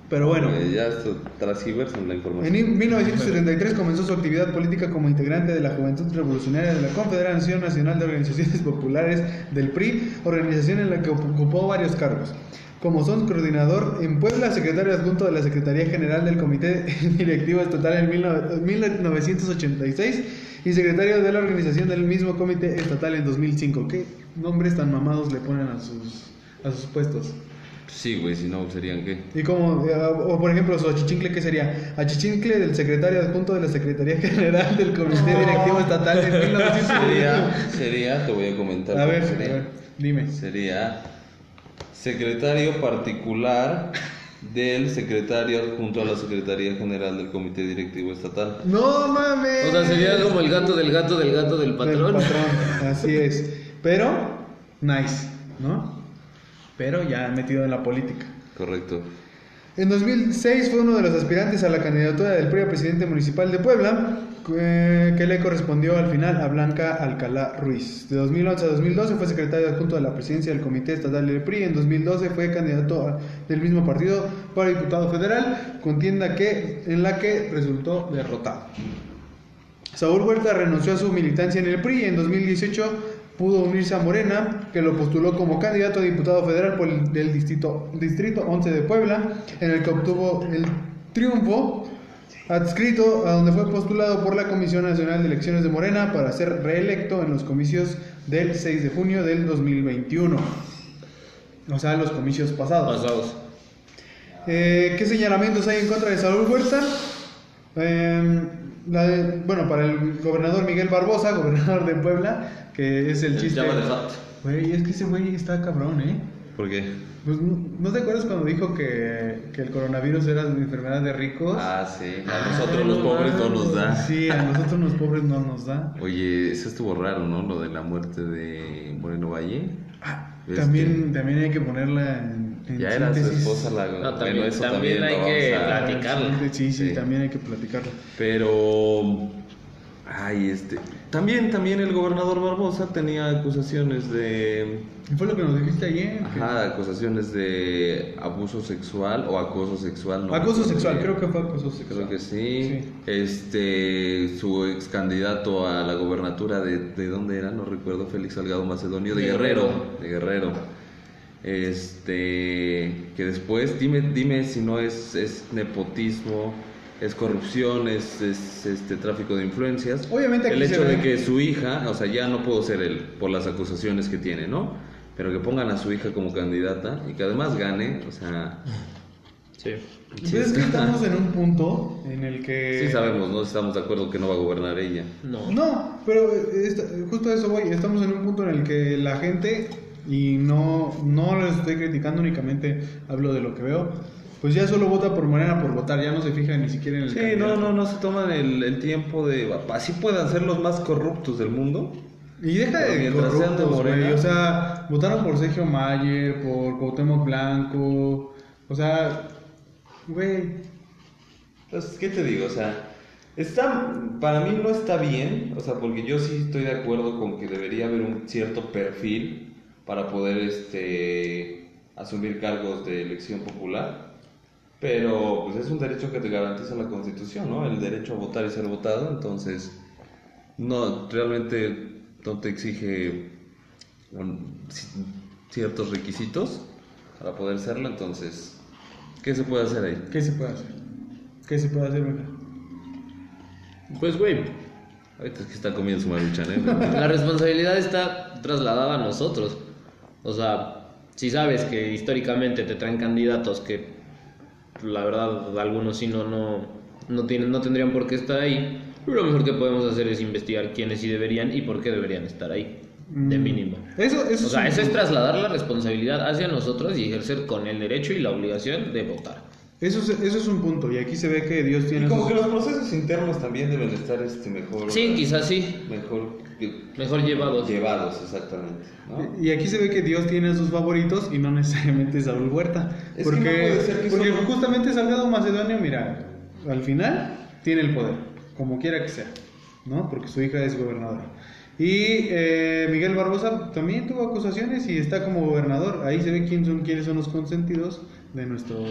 Pero bueno.
Güey, Ah. Eh, ya esto- transgiversan la información.
En 1973 comenzó su actividad política como integrante de la Juventud Revolucionaria de la Confederación Nacional de Organizaciones Populares del PRI, organización en la que ocupó varios cargos, como son coordinador en Puebla, secretario adjunto de la Secretaría General del Comité Directivo Estatal en 19- 1986 y secretario de la organización del mismo comité estatal en 2005. ¿Qué nombres tan mamados le ponen a sus, a sus puestos?
Sí, güey, si no, serían qué.
Y como, eh, o por ejemplo, su achichincle, ¿qué sería? Achichincle del secretario adjunto de la Secretaría General del Comité Directivo Estatal en 1971.
Sería, sería, te voy a comentar.
A ver,
cómo
a
sería.
ver, dime.
Sería secretario particular del secretario adjunto a la Secretaría General del Comité Directivo Estatal.
¡No mames!
O sea, sería como el gato del gato del gato del patrón.
Del patrón, así es. Pero, nice, ¿no? Pero ya metido en la política.
Correcto.
En 2006 fue uno de los aspirantes a la candidatura del PRI a presidente municipal de Puebla, eh, que le correspondió al final a Blanca Alcalá Ruiz. De 2011 a 2012 fue secretario adjunto de la presidencia del Comité Estatal del PRI. En 2012 fue candidato a- del mismo partido para diputado federal, contienda que, en la que resultó derrotado. Saúl Huerta renunció a su militancia en el PRI y en 2018 pudo unirse a Morena, que lo postuló como candidato a diputado federal por el del distrito, distrito 11 de Puebla, en el que obtuvo el triunfo, adscrito a donde fue postulado por la Comisión Nacional de Elecciones de Morena para ser reelecto en los comicios del 6 de junio del 2021. O sea, los comicios pasados.
Pasados.
Eh, ¿Qué señalamientos hay en contra de Saúl Huerta? Eh, la de- bueno, para el gobernador Miguel Barbosa, gobernador de Puebla, que es el,
El
chiste.
Jabba the Hutt.
Güey, es que ese güey está cabrón, ¿eh?
¿Por qué?
Pues, ¿no, no te acuerdas cuando dijo que, que el coronavirus era una enfermedad de ricos?
Ah, sí. A nosotros los pobres no nos da.
Sí, a nosotros los pobres no nos da.
Oye, eso estuvo raro, ¿no? Lo de la muerte de Moreno Valle. Este,
Ah, También, también hay que ponerla en, en
Ya era su
síntesis.
esposa la.
No,
bueno,
también-
eso
también hay
lo
que
vamos a-
platicar. platicarla.
Sí, sí,
Sí.
también hay que platicarla.
Pero. Ay, este. También, también el gobernador Barbosa tenía acusaciones de.
Y Fue lo que nos dijiste ayer. que-
Ajá, acusaciones de abuso sexual o acoso sexual. no
acoso
recuerdo
sexual,
bien.
creo que fue acoso sexual.
Creo que sí.
Sí.
Este, su ex candidato a la gobernatura de, de dónde era, no recuerdo, Félix Salgado Macedonio, de
De
Guerrero,
Guerrero.
de Guerrero. Este, que después, dime, dime si no es, es nepotismo, es corrupción, es, es, este tráfico de influencias.
Obviamente aquí
El
se
hecho de
ve.
que su hija, o sea, ya no puedo ser él por las acusaciones que tiene, ¿no? Pero que pongan a su hija como candidata y que además gane, o sea,
Sí.
Pues es que estamos en un punto en el que...
Sí sabemos, ¿no? Estamos de acuerdo que no va a gobernar ella.
No.
No, pero eh, esta- justo a eso voy. Estamos en un punto en el que la gente, y no, no lo estoy criticando únicamente, hablo de lo que veo, pues ya solo vota por Morena por votar, ya no se fija ni siquiera en el
Sí,
candidato.
no, no, no se toman el, el tiempo de... Así puedan ser los más corruptos del mundo.
Y deja
Pero
de
mientras sean de
corruptos,
Morena.
güey. O sea, votaron por Sergio Mayer, por Cuauhtémoc Blanco, o sea, güey...
Entonces, ¿qué te digo? O sea, está, para mí no está bien, o sea, porque yo sí estoy de acuerdo con que debería haber un cierto perfil para poder este, asumir cargos de elección popular, pero pues es un derecho que te garantiza la Constitución, ¿no? El derecho a votar y ser votado, entonces, no, realmente no te exige un- ci- ciertos requisitos para poder serlo, entonces, ¿qué se puede hacer ahí?
¿Qué se puede hacer? ¿Qué se puede hacer, güey?
Pues, güey,
Ahorita es que está comiendo su maruchan, ¿eh?
la responsabilidad está trasladada a nosotros. O sea, si sabes que históricamente te traen candidatos que la verdad algunos sí no no no tienen no tendrían por qué estar ahí, lo mejor que podemos hacer es investigar quiénes sí deberían y por qué deberían estar ahí de
Mm.
mínimo.
Eso, eso
O sea,
un
eso es
punto.
trasladar la responsabilidad hacia nosotros y ejercer con el derecho y la obligación de votar.
Eso es, eso es un punto, y aquí se ve que Dios tiene.
Y como
sus-
que los procesos internos también deben estar este, mejor.
Sí, quizás sí.
Mejor.
que-
Mejor llevados.
llevados, exactamente. ¿no?
Y aquí se ve que Dios tiene a sus favoritos y no necesariamente Saúl Huerta.
Es que
porque
no puede ser que
porque
solo-
justamente Salgado Macedonio, mira, al final tiene el poder, como quiera que sea, ¿no? Porque su hija es gobernadora. Y eh, Miguel Barbosa también tuvo acusaciones y está como gobernador. Ahí se ve quién son, quiénes son los consentidos de nuestro,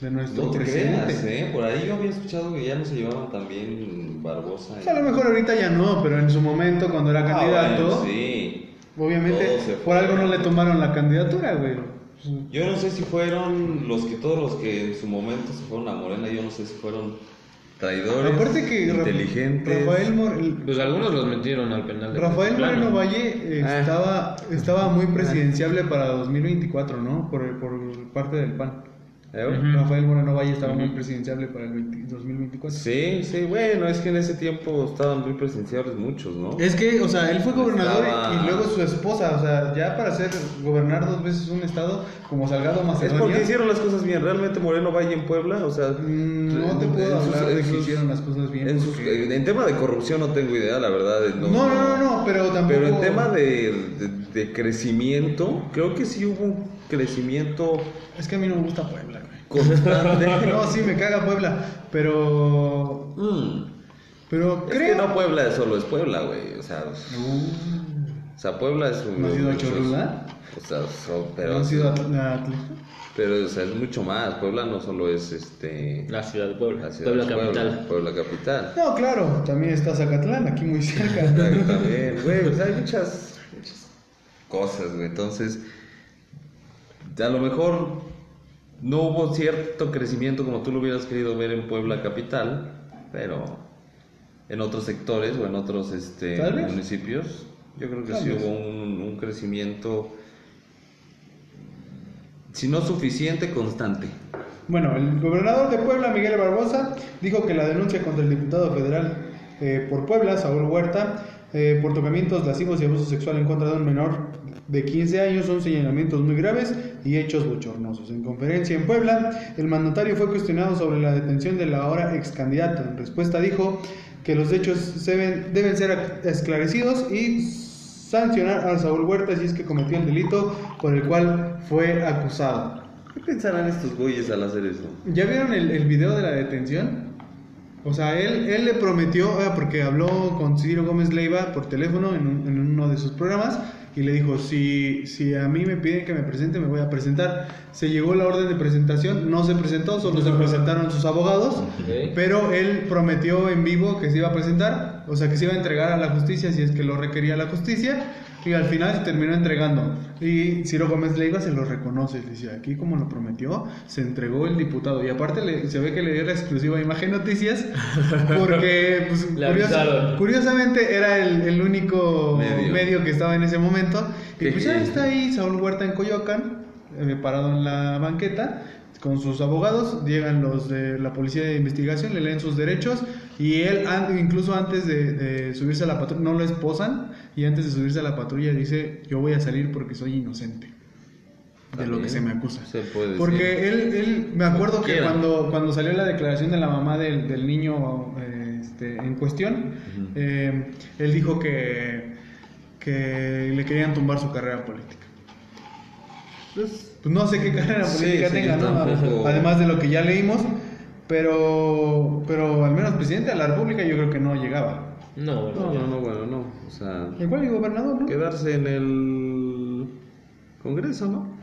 de nuestro
No te
presidente.
creas, ¿eh? Por ahí yo había escuchado que ya no se llevaban también Barbosa. y-
A lo mejor ahorita ya no, pero en su momento, cuando era
Ah,
candidato,
bueno, sí.
obviamente
Todo se
por
fue.
algo no le tomaron la candidatura, güey.
Yo no sé si fueron los que todos los que en su momento se fueron a Morena, yo no sé si fueron traidores,
Aparte que Ra-
inteligentes. pues,
Rafael, Mor-
Pues algunos los metieron al penal. de
Rafael
Altiplano.
Moreno Valle eh,
Ah.
estaba, estaba muy presidenciable para 2024, ¿no? Por, por parte del PAN.
¿Eh?
Ujú.
Rafael Moreno Valle estaba muy presidenciable para el 20 2024.
Sí, sí, bueno, es que en ese tiempo estaban muy presenciables muchos, ¿no?
Es que, o sea, él fue gobernador y-
Estaba-
y luego su esposa, o sea, ya para ser gobernar dos veces un estado como Salgado
Es
Macedonio.
porque hicieron las cosas bien. Realmente Moreno Valle en Puebla, o sea,
mm, No te
en
puedo
sus-
hablar de
en
que
sus-
hicieron las cosas bien.
En, sus- eh,
porque-
en tema de corrupción no tengo idea, la verdad. eh,
No, eh, no, no, no, pero tampoco.
Pero en tema de, de- de crecimiento, creo que sí hubo un crecimiento
Es que a mí no me gusta Puebla, güey.
constante.
No, sí, me caga Puebla. Pero.
Mm,
Pero
Es que
creo.
no Puebla solo es Puebla, güey. O sea,
Uh,
o sea, Puebla es un...
¿No has ido a Cholula?
O sea, so-
¿No
pero,
has ido a Atl- a Atlixco?
pero o sea, es mucho más. Puebla no solo es este...
La ciudad de Puebla.
la ciudad
Puebla
de
capital.
Puebla capital.
No, claro, también está Zacatlán, aquí muy cerca.
Exactamente, güey. O sea, hay muchas, muchas cosas, güey. Entonces, a lo mejor no hubo cierto crecimiento como tú lo hubieras querido ver en Puebla capital, pero en otros sectores o en otros este,
Tal vez.
municipios, yo creo que
Tal
sí
vez.
hubo un, un crecimiento, si no suficiente, constante.
Bueno, el gobernador de Puebla, Miguel Barbosa, dijo que la denuncia contra el diputado federal eh, por Puebla, Saúl Huerta, eh, por tocamientos lascivos y abuso sexual en contra de un menor de 15 años son señalamientos muy graves y hechos bochornosos. En conferencia en Puebla, el mandatario fue cuestionado sobre la detención del ahora ex candidato. En respuesta dijo que los hechos se ven- deben ser ac- esclarecidos y sancionar a Saúl Huerta si es que cometió el delito por el cual fue acusado.
¿Qué pensarán estos güeyes al hacer eso?
¿Ya vieron el, el video de la detención? O sea, él, él le prometió, eh, porque habló con Ciro Gómez Leiva por teléfono en, un- en uno de sus programas y le dijo, si, si a mí me piden que me presente, me voy a presentar. Se llegó la orden de presentación, no se presentó, solo se presentaron sus abogados,
Ok.
pero él prometió en vivo que se iba a presentar, o sea, que se iba a entregar a la justicia si es que lo requería la justicia. Y al final se terminó entregando. Y Ciro Gómez Leiva se lo reconoce. Le dice, aquí como lo prometió, se entregó el diputado. Y aparte le- se ve que le dio la exclusiva a imagen noticias. Porque pues,
Le
curiosa-
avisaron.
curiosamente era el, el único medio.
Medio.
que estaba en ese momento. Y
Qué
pues ya
genial.
está ahí Saúl Huerta en Coyoacán, eh, parado en la banqueta, con sus abogados, llegan los de la policía de investigación, le leen sus derechos y él an- incluso antes de, de subirse a la patrulla, no lo esposan y antes de subirse a la patrulla dice yo voy a salir porque soy inocente de lo
También
que se me acusa.
Se puede decir.
Porque él, él, me acuerdo que
Quiera.
cuando, cuando salió la declaración de la mamá del, del niño eh, este, en cuestión, eh, él dijo que, que le querían tumbar su carrera política. Pues, no sé qué carrera
Sí,
política
sí,
tenga,
yo
¿no?
tampoco.
además de lo que ya leímos, pero, pero al menos presidente de la República yo creo que no llegaba.
No, bueno,
No,
ya.
no, no, bueno, no. O sea,
Igual y gobernador, ¿no?
quedarse en el Congreso, ¿no?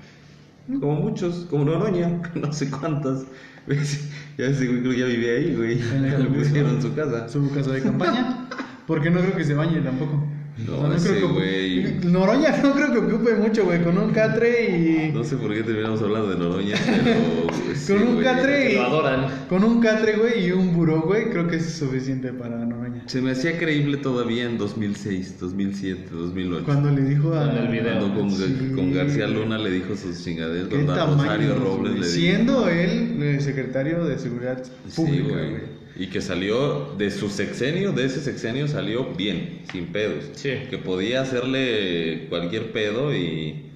Como muchos, como Noroña, no sé cuántas. veces. Ya ese güey creo que ya vivía ahí, güey.
En el
Ya lo
Congreso.
pusieron en su casa.
Su caso de campaña, porque no creo que se bañe tampoco.
No,
creo
ese
que-
güey.
Noroña no creo que ocupe mucho, güey, con un catre y...
No sé por qué terminamos hablando de Noroña, pero. pues, sí,
Con un
güey.
catre.
Lo adoran.
Con un catre, güey, y un buró, güey, creo que es suficiente para Noroña.
Se me hacía creíble todavía en 2006, 2007, 2008.
Cuando le dijo a...
En el video.
Cuando con,
Sí.
con García Luna le dijo sus chingaderas,
¿Qué
cuando a
tamaño,
Rosario
güey?
Robles le dijo.
Siendo él el secretario de Seguridad
sí,
Pública,
güey.
güey.
Y que salió de su sexenio, de ese sexenio salió bien, sin pedos.
Sí.
Que podía hacerle cualquier pedo y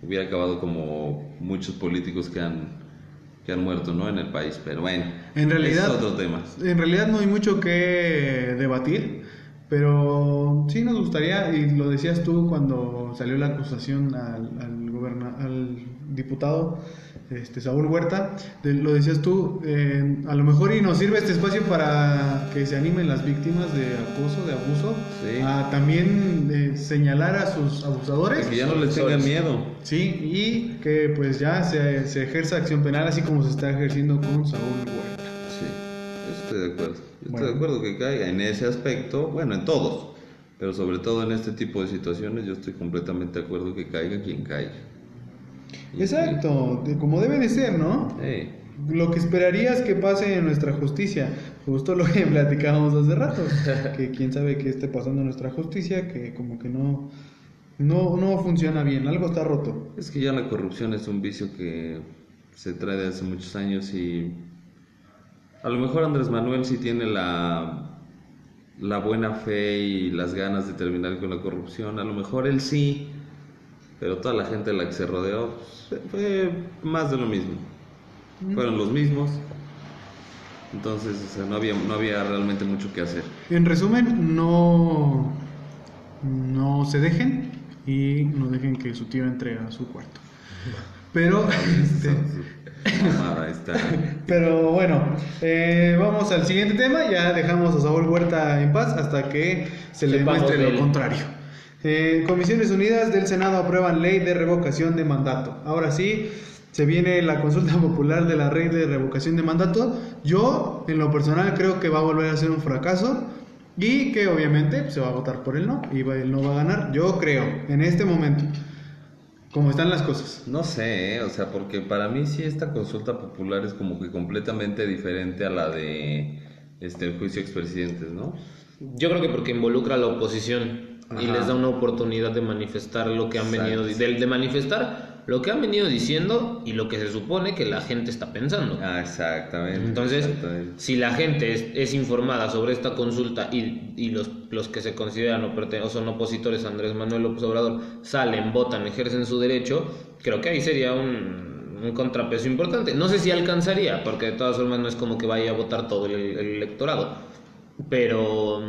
hubiera acabado como muchos políticos que han, que han muerto, ¿no? En el país. Pero bueno,
En realidad-
ese es otro tema.
En realidad no hay mucho que debatir. Pero sí nos gustaría, y lo decías tú cuando salió la acusación al, al, goberna- al diputado este, Saúl Huerta, de- lo decías tú, eh, a lo mejor y nos sirve este espacio para que se animen las víctimas de acoso, de abuso,
Sí.
a también eh, señalar a sus abusadores.
Que ya no les tengan miedo.
Sí, y que pues ya se, se ejerza acción penal así como se está ejerciendo con Saúl Huerta.
Sí, estoy de acuerdo. Yo
Bueno.
Estoy de acuerdo que caiga en ese aspecto, bueno, en todos, pero sobre todo en este tipo de situaciones, yo estoy completamente de acuerdo que caiga quien caiga. Y
Exacto, de- como debe de ser, ¿no?
que- Sí.
Lo que esperarías que pase en nuestra justicia, justo lo que platicábamos hace rato, que quién sabe qué esté pasando en nuestra justicia, que como que no, no, no funciona bien, algo está roto.
Es que ya la corrupción es un vicio que se trae de hace muchos años y a lo mejor Andrés Manuel sí tiene la, la buena fe y las ganas de terminar con la corrupción, a lo mejor él sí, pero toda la gente a la que se rodeó pues, fue más de lo mismo, fueron los mismos, entonces o sea, no, había, no había realmente mucho que hacer.
En resumen, no, no se dejen y no dejen que su tío entre a su cuarto. Pero, este,
Mamada, ahí está.
Pero bueno, eh, vamos al siguiente tema. Ya dejamos a Saúl Huerta en paz hasta que se le
Sepamos
demuestre
de
lo
él.
contrario. Eh, Comisiones Unidas del Senado aprueban ley de revocación de mandato. Ahora sí, se viene la consulta popular de la ley de revocación de mandato. Yo, en lo personal, creo que va a volver a ser un fracaso y que obviamente pues, se va a votar por el no y va- el no va a ganar. Yo creo, en este momento, como están las cosas.
No sé, eh, o sea, porque para mí sí esta consulta popular es como que completamente diferente a la de este el juicio a expresidentes, ¿no?
Yo creo que porque involucra a la oposición y
Ajá.
les da una oportunidad de manifestar lo que han venido
Exacto.
de, de manifestar lo que han venido diciendo y lo que se supone que la gente está pensando.
Ah, exactamente.
Entonces,
exactamente.
si la gente es, es informada sobre esta consulta y, y los, los que se consideran o, perten- o son opositores a Andrés Manuel López Obrador salen, votan, ejercen su derecho, creo que ahí sería un, un contrapeso importante. No sé si alcanzaría, porque de todas formas no es como que vaya a votar todo el, el electorado. Pero,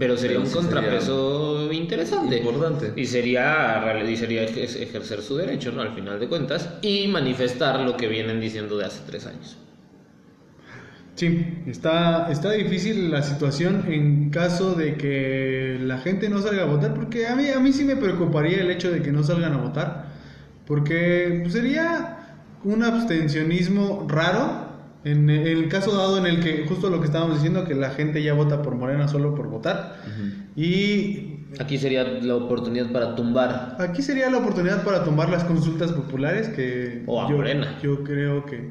pero sería un
Pero sí
contrapeso interesante.
importante.
Y sería, real- y sería ej- ejercer su derecho, ¿no? Al final de cuentas. Y manifestar lo que vienen diciendo de hace tres años.
Sí, está, está difícil la situación en caso de que la gente no salga a votar, porque a mí, a mí sí me preocuparía el hecho de que no salgan a votar, porque pues, sería un abstencionismo raro en el caso dado en el que justo lo que estábamos diciendo, que la gente ya vota por Morena solo por votar, y
Aquí sería la oportunidad para tumbar.
Aquí sería la oportunidad para tomar las consultas populares que
O a
yo,
Morena.
yo creo que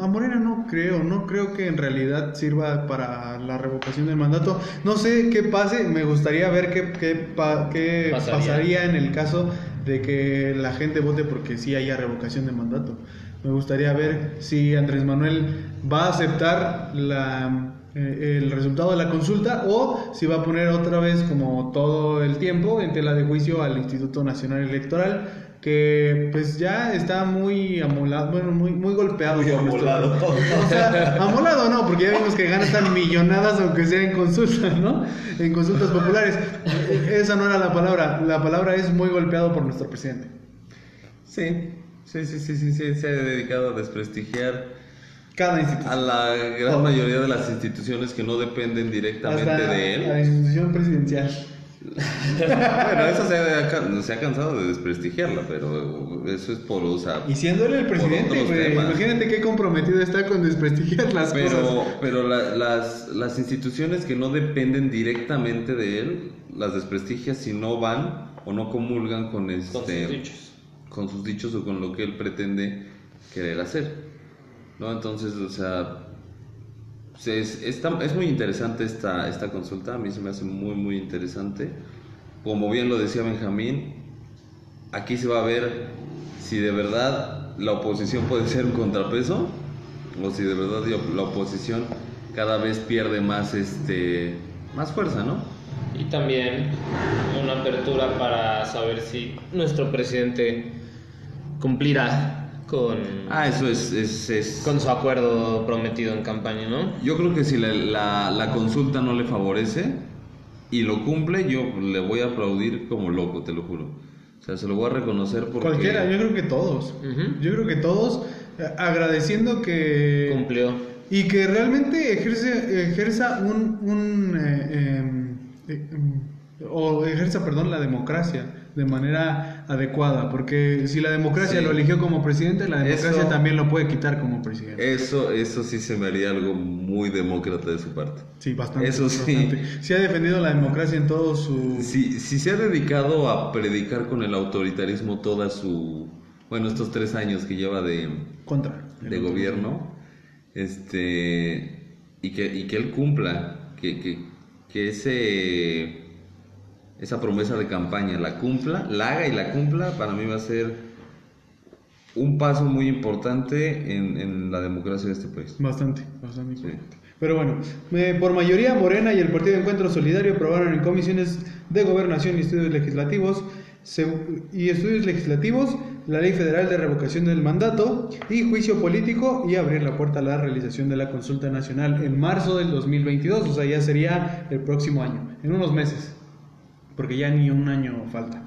a Morena no creo, no creo que en realidad sirva para la revocación del mandato. No sé qué pase, me gustaría ver qué, qué pa- qué
Pasaría.
pasaría en el caso de que la gente vote porque sí haya revocación de mandato. Me gustaría ver si Andrés Manuel va a aceptar la, eh, el resultado de la consulta o si va a poner otra vez, como todo el tiempo, en tela de juicio al Instituto Nacional Electoral, que pues ya está muy amolado, bueno, muy, muy golpeado. Muy amolado. O sea, amolado no, porque ya vimos que ganan tan millonadas aunque sea en consultas, ¿no? En consultas populares. Esa no era la palabra, la palabra es muy golpeado por nuestro presidente.
Sí, sí, sí, sí, sí, sí, se ha dedicado a desprestigiar
Cada institución.
a la gran mayoría de las instituciones que no dependen directamente
Hasta
de él.
la institución presidencial.
Bueno, eso se ha, ca- se ha cansado de desprestigiarla, pero eso es por, o sea,
Y siendo él el presidente,
otros
güey,
temas.
imagínate qué comprometido está con desprestigiar las
Pero,
cosas.
pero la- las, las instituciones que no dependen directamente de él, las desprestigia si no van o no comulgan con, este,
Con sus dichos.
con sus dichos o con lo que él pretende querer hacer. ¿no? Entonces, o sea, pues es, es tan- es muy interesante esta, esta consulta, a mí se me hace muy, muy interesante. Como bien lo decía Benjamín, aquí se va a ver si de verdad la oposición puede ser un contrapeso o si de verdad la- la oposición cada vez pierde más este más fuerza, ¿no?
Y también una apertura para saber si nuestro presidente cumplirá con,
Ah, eso es, es, es-
con su acuerdo prometido en campaña, ¿no?
Yo creo que si la, la- la consulta no le favorece,
y lo cumple, yo le voy a aplaudir como loco, te lo juro. O sea, se lo voy a reconocer porque...
Cualquiera, yo creo que todos.
Ujú.
Yo creo que todos eh, agradeciendo que...
Cumplió.
Y que realmente ejerce, ejerza un... un eh, eh, eh, o ejerza, perdón, la democracia de manera adecuada. Porque si la democracia
Sí.
lo eligió como presidente, la democracia
Eso- Eh,
también lo puede quitar como presidente.
Eso, eso sí se me haría algo muy demócrata de su parte.
sí, bastante.
eso sí.
bastante. Sí ha defendido la democracia en todo su...
Si, si se ha dedicado a predicar con el autoritarismo toda su... Bueno, estos tres años que lleva de,
Contra.
de gobierno, este, y que, y que él cumpla, que, que, que ese, esa promesa de campaña la cumpla, la haga y la cumpla, para mí va a ser un paso muy importante en, en la democracia de este país.
Bastante, bastante importante. Pero bueno, eh, por mayoría Morena y el Partido de Encuentro Solidario aprobaron en comisiones de gobernación y estudios legislativos se- y estudios legislativos la ley federal de revocación del mandato y juicio político y abrir la puerta a la realización de la consulta nacional en marzo del 2022, o sea, ya sería el próximo año, en unos meses porque ya ni un año falta.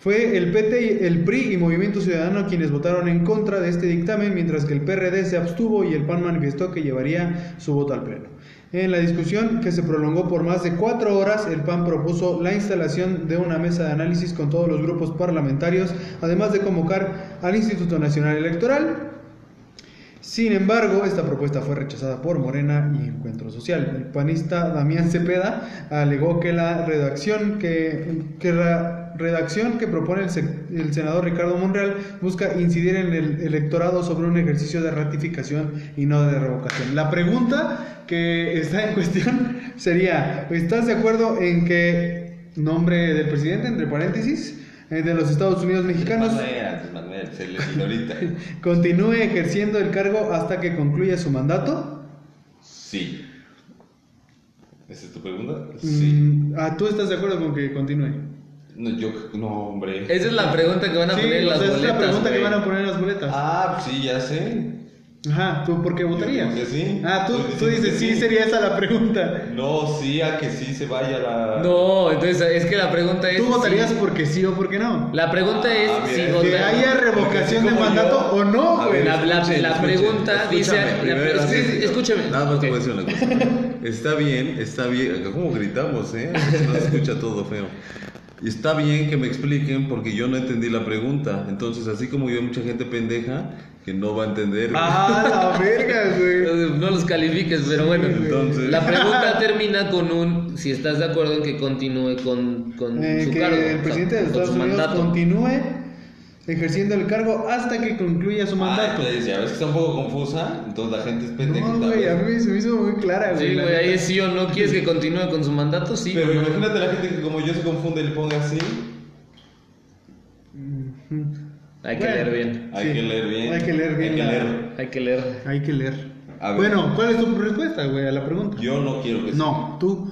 Fue el PT, y- el PRI y Movimiento Ciudadano quienes votaron en contra de este dictamen, mientras que el PRD se abstuvo y el PAN manifestó que llevaría su voto al pleno. En la discusión, que se prolongó por más de cuatro horas, el PAN propuso la instalación de una mesa de análisis con todos los grupos parlamentarios, además de convocar al Instituto Nacional Electoral, sin embargo, esta propuesta fue rechazada por Morena y Encuentro Social. El panista Damián Cepeda alegó que la redacción que, que la redacción que propone el, se- el senador Ricardo Monreal busca incidir en el electorado sobre un ejercicio de ratificación y no de revocación. La pregunta que está en cuestión sería, ¿estás de acuerdo en que nombre del presidente, entre paréntesis, eh, de los Estados Unidos mexicanos,
Manuel, antes Manuel, se le olvidó ahorita.
continúe ejerciendo el cargo hasta que concluya su mandato?
Sí. ¿Esa es tu pregunta? Sí.
Mm, ah, ¿Tú estás de acuerdo con que continúe?
No, yo, no, hombre.
Esa es la pregunta que van a
Sí,
poner en las
o sea,
boletas.
esa es la pregunta que
güey.
van a poner en las boletas.
Ah, sí, ya sé.
Ajá, ¿tú por qué votarías?
digo que sí.
Ah, tú,
Yo
tú
digo
dices,
que
sí,
sí.
sería esa la pregunta.
No, sí, a que sí se vaya la.
No, entonces es que la pregunta es.
¿Tú votarías
si-
porque sí o porque no?
La pregunta es
Ah,
si
bien.
Que
votar-
haya revocación de
Porque así como
mandato
yo-
o no,
A
güey.
ver,
La, la-
escuchen,
la
escuchen,
pregunta dice.
Escúchame,
la-
primero,
es que-
así-
escúchame.
Nada más te voy
Ok.
a decir una cosa. Está bien, está bien. Acá como gritamos, ¿eh? No se escucha todo feo. Y Está bien que me expliquen porque yo no entendí la pregunta. Entonces, así como yo, hay mucha gente pendeja que no va a entender.
Ah, la verga, güey.
Eh, No los califiques, pero bueno.
entonces.
La pregunta termina con un. Si estás de acuerdo en que continúe con, con
Eh,
su
que
cargo.
el
o
presidente
sea,
de
con
Estados
su
Unidos
mandato.
continúe ejerciendo el cargo hasta que concluya su
Ah,
mandato.
entonces, ya ves que está un poco confusa. Entonces la gente es pendeja.
no, güey, a mí se me hizo muy clara, güey.
Sí,
la
güey, ahí
neta.
es sí o no. ¿Quieres que continúe con su mandato? Sí.
Pero
o no.
imagínate la gente que como yo se confunde y le ponga así.
Ujú.
Hay que
Bueno.
leer bien.
Hay
Sí.
que leer bien.
Hay que leer bien
Hay que
la-
leer.
Hay que leer.
Hay que leer.
A ver.
Bueno, ¿cuál es tu respuesta, güey, a la pregunta?
Yo no quiero que
No, tú.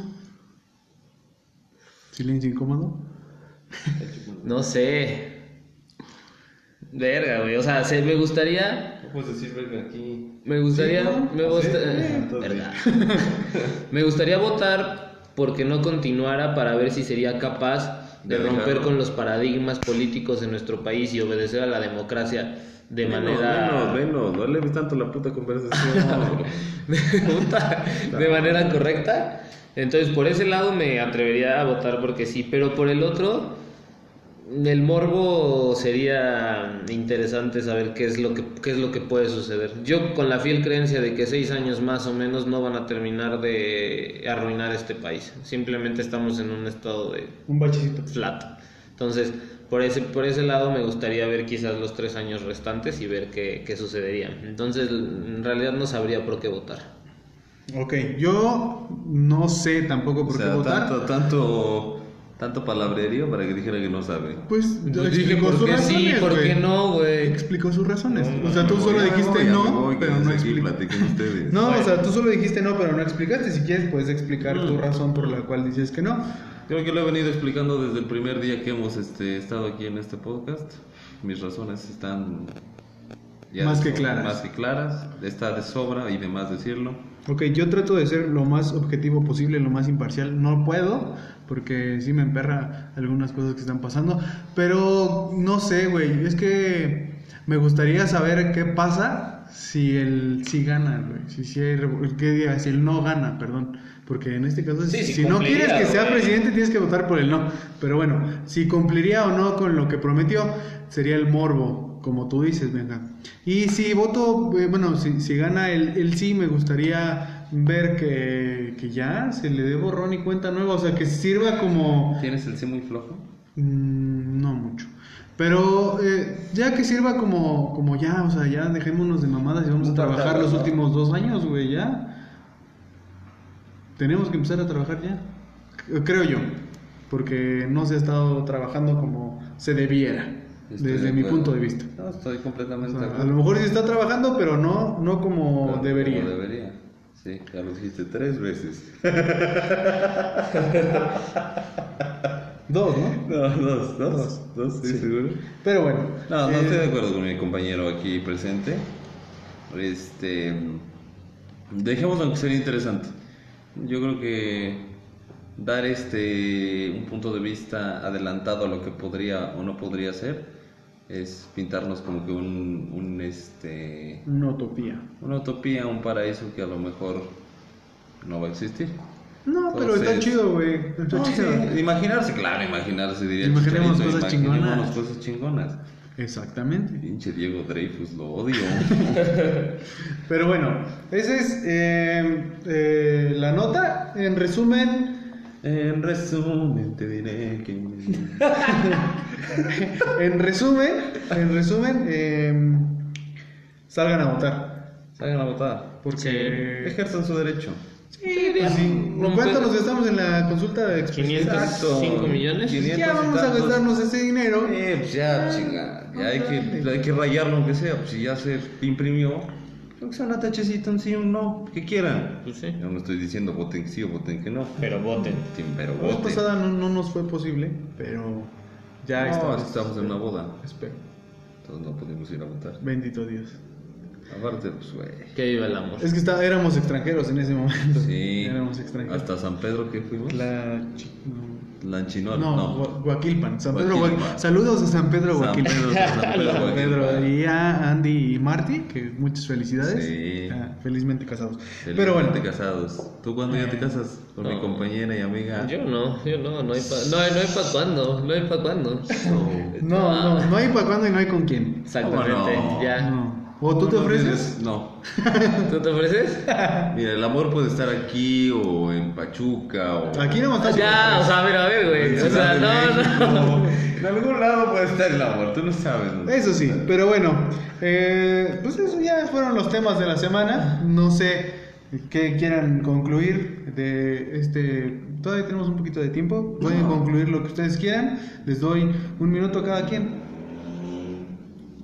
Silencio incómodo.
No sé. Verga, güey. O sea, se- me gustaría
No puedes decir, venga aquí.
Me gustaría,
Sí, ¿no?
me,
Así,
gusta-
eh,
entonces.
¿verdad? me gustaría votar porque no continuara para ver si sería capaz de
De
romper
dejarlo.
con los paradigmas políticos en nuestro país y obedecer a la democracia de manera
Menos, menos, no le ves tanto la puta conversación.
Puta, de manera correcta. Entonces, por ese lado me atrevería a votar porque sí, pero por el otro, el morbo sería interesante saber qué es lo que, qué es lo que puede suceder. Yo con la fiel creencia de que seis años más o menos no van a terminar de arruinar este país. Simplemente estamos en un estado de
Un bachecito.
flat. Entonces, por ese, por ese lado me gustaría ver quizás los tres años restantes y ver qué, qué sucedería. Entonces, en realidad no sabría por qué votar.
Ok, yo no sé tampoco
o
por
sea,
qué votar.
tanto, tanto, tanto palabrerío para que dijera que no sabe.
Pues yo
Yo dije,
explicó
¿por
sus
qué
razones.
sí? ¿Por
güey.
qué no, güey?
Explicó sus razones.
No,
o sea, tú
me
solo
voy,
dijiste
ya me
no,
voy,
pero
quédense
no
aquí,
explicó.
platiquen ustedes.
No, o sea, tú solo dijiste no, pero no explicaste. Si quieres, puedes explicar tu razón por la cual dices que no.
Creo que lo he venido explicando desde el primer día que hemos este, estado aquí en este podcast. Mis razones están
ya
Más
de
que
sobra,
claras.
Más que claras. Está de sobra y de más decirlo.
Ok, yo trato de ser lo más objetivo posible, lo más imparcial. No puedo, porque sí me emperra algunas cosas que están pasando. Pero no sé, güey. Es que me gustaría saber qué pasa si el sí gana, güey. Si, sí hay revo- ¿qué diga? si el no gana, perdón. Porque en este caso,
Sí, sí
si no
cumpliría,
quieres que sea
güey.
presidente, tienes que votar por el no. Pero bueno, si cumpliría o no con lo que prometió, sería el morbo, como tú dices, venga. Y si voto, eh, bueno, si, si gana el, el sí, me gustaría ver que, que ya se le dé borrón y cuenta nueva, o sea, que sirva como...
¿Tienes el sí muy flojo?
Mm, No mucho. Pero eh, ya que sirva como, como ya, o sea, ya dejémonos de mamadas y vamos a trabajar los últimos dos años, güey, ya. Tenemos que empezar a trabajar ya. C- Creo yo. Porque no se ha estado trabajando como se debiera,
Estoy
desde
de
mi
acuerdo.
punto de vista.
No, estoy
O
completamente de
sea, a
acuerdo.
lo mejor sí está trabajando, pero no, no como
Como
debería.
debería. Sí,
Ya lo dijiste tres veces.
Dos, ¿no?
No, dos, dos, dos, ¿estoy seguro?
Pero bueno.
No, no
eh,
estoy de acuerdo con mi compañero aquí presente. Este. Dejémoslo aunque sería interesante. Yo creo que dar este un punto de vista adelantado a lo que podría o no podría ser es pintarnos como que un, un, este
Una utopía.
una utopía, un paraíso que a lo mejor no va a existir.
No, pero está
Entonces-
chido, güey. Está
No,
chido.
sí, imaginarse, claro, imaginarse diría
Imaginemos
Chicharito,
cosas
imaginémonos
chingonas.
cosas chingonas.
Exactamente.
Pinche Diego Dreyfus, lo odio.
Pero bueno, esa es eh, eh, la nota. En resumen,
en resumen, te diré que.
en resumen, en resumen, eh, salgan a votar.
Salgan a votar.
Porque.
Ejerzan su derecho.
Sí,
Pues sí,
rompe-
¿Cuánto nos gastamos en la consulta de
505 millones.
Pues Ya
500 y
vamos a
tantos.
gastarnos ese dinero.
Eh, pues ya, chinga. Ya hay que, hay que rayarlo aunque sea. Pues si ya se imprimió, creo que sea una tachecita, un sí, un no, que quieran.
Pues sí.
Yo no estoy diciendo voten que sí o voten que no.
Pero voten.
Sí, Pero
La vez
voten.
pasada no, no nos fue posible, pero ya
No,
estamos.
estamos en una boda.
Espero.
Entonces no pudimos ir a votar.
Bendito Dios.
Aparte, pues, güey.
Que viva el amor.
Es que está- éramos extranjeros en ese momento.
Sí.
Éramos extranjeros.
Hasta San Pedro que fuimos.
La chi- no.
Lanchinola.
No,
no.
Gua- Guaquilpan, San Pedro
Guaquilpan.
Guaqui- Saludos a San Pedro
San
Guaquilpan.
Pedro, San Pedro,
San Pedro
Guaquilpan.
y a Andy y Marty, que muchas felicidades.
Sí.
Ah, felizmente casados. Pero bueno,
Felizmente casados. ¿Tú cuándo ya te casas? Con mi
No.
compañera y amiga.
Yo no, yo no, no hay pa, no, hay- no hay pa' cuándo, no hay pa' cuándo. Ah,
No.
no, no, no hay para cuándo y no hay con quién.
Exactamente,
¿Cómo no?
ya.
No. ¿O tú te
No,
ofreces?
No.
¿Tú te ofreces?
Mira, el amor puede estar aquí o en Pachuca o.
Aquí no estamos.
ya, o sea, a ver, a ver, güey. O sea, no, no.
En algún lado puede estar el amor, tú no sabes. ¿no?
Eso sí, pero bueno, eh, pues eso ya fueron los temas de la semana. No sé qué quieran concluir de este. Todavía tenemos un poquito de tiempo. Pueden concluir lo que ustedes quieran. Les doy un minuto a cada quien.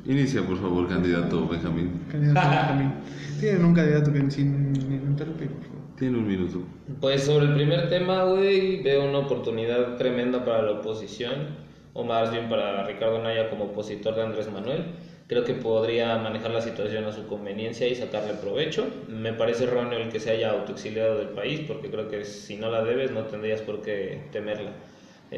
Inicia, por favor, candidato Benjamín.
Candidato también. Tienen un candidato que sin interrumpir, por favor.
Tiene un minuto.
Pues sobre el primer tema, güey, veo una oportunidad tremenda para la oposición, o más bien para Ricardo Naya como opositor de Andrés Manuel. Creo que podría manejar la situación a su conveniencia y sacarle provecho. Me parece erróneo el que se haya autoexiliado del país, porque creo que si no la debes no tendrías por qué temerla.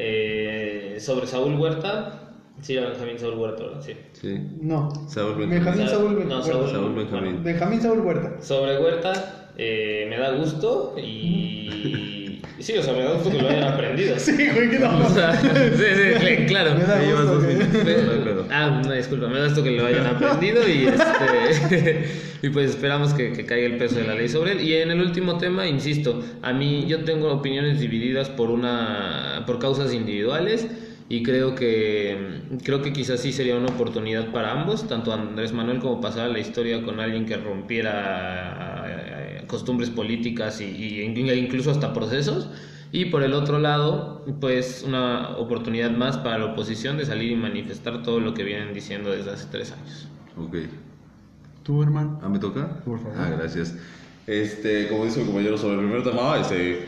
Eh, sobre Saúl Huerta, sí, era Benjamín Saúl Huerta, ¿verdad? Sí.
Sí.
No.
Saúl Benjamín.
Benjamín Saúl
No,
Huerta.
Saúl Benjamín.
Benjamín Saúl Huerta.
Sobre Huerta, eh, me da gusto y... Sí, o sea, me da gusto que lo hayan aprendido.
Sí, güey, que no.
O sea, sí, sí, cl- claro.
Me da
Ahí llevas
gusto
dos
que-
minutos.
Me-
no hay pedo.
ah, no, disculpa, me da esto que lo hayan aprendido y, este, y pues esperamos que, que caiga el peso de la ley sobre él. Y en el último tema, insisto, a mí yo tengo opiniones divididas por, una, por causas individuales y creo que, creo que quizás sí sería una oportunidad para ambos, tanto Andrés Manuel como pasar a la historia con alguien que rompiera eh, costumbres políticas y, y in- e incluso hasta procesos. Y por el otro lado, pues una oportunidad más para la oposición de salir y manifestar todo lo que vienen diciendo desde hace tres años.
Ok.
Tú, hermano.
Ah, ¿me toca?
Por favor.
Ah, gracias. Este, como dice el compañero, sobre el primer tema, ah, ese.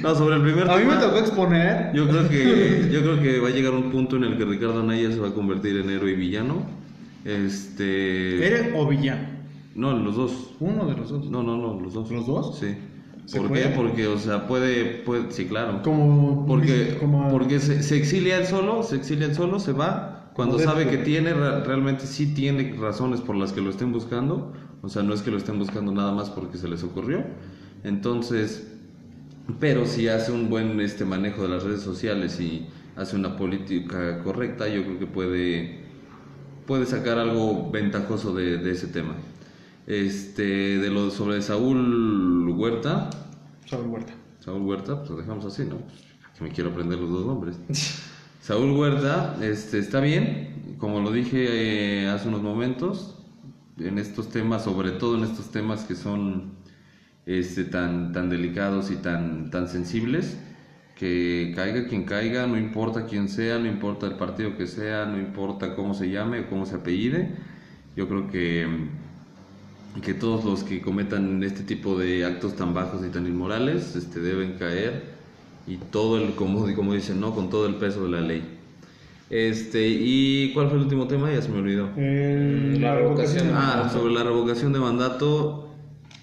no, sobre el primer
A mí
tema.
me tocó exponer.
Yo creo que yo creo que va a llegar un punto en el que Ricardo Anaya se va a convertir en héroe y villano Este.
¿Héroe o villano?
No, los dos.
Uno de los dos.
No, no, no, los dos.
¿Los dos?
Sí.
¿Se
¿Por
puede?
qué? Porque, o sea, puede, puede sí, claro.
Como.
Porque,
como-
porque se, se exilia él solo, se exilia él solo, se va. Cuando
Como
sabe que
Deadpool.
tiene, ra- realmente sí tiene razones por las que lo estén buscando. O sea, no es que lo estén buscando nada más porque se les ocurrió. Entonces, pero si hace un buen este manejo de las redes sociales y hace una política correcta, yo creo que puede, puede sacar algo ventajoso de, de ese tema. Este, de lo sobre Saúl Huerta,
Saúl Huerta.
Saúl Huerta, pues lo dejamos así, ¿no? Que me quiero aprender los dos nombres. Saúl Huerta, este, está bien, como lo dije eh, hace unos momentos, en estos temas, sobre todo en estos temas que son este, tan, tan delicados y tan, tan sensibles, que caiga quien caiga, no importa quién sea, no importa el partido que sea, no importa cómo se llame o cómo se apellide, yo creo que, mm, que todos los que cometan este tipo de actos tan bajos y tan inmorales este, deben caer y todo el, como, como dicen, ¿no? con todo el peso de la ley. Este, ¿Y cuál fue el último tema? Ya se me olvidó.
El-
Mm, La revocación.
Ah, sobre la revocación de mandato,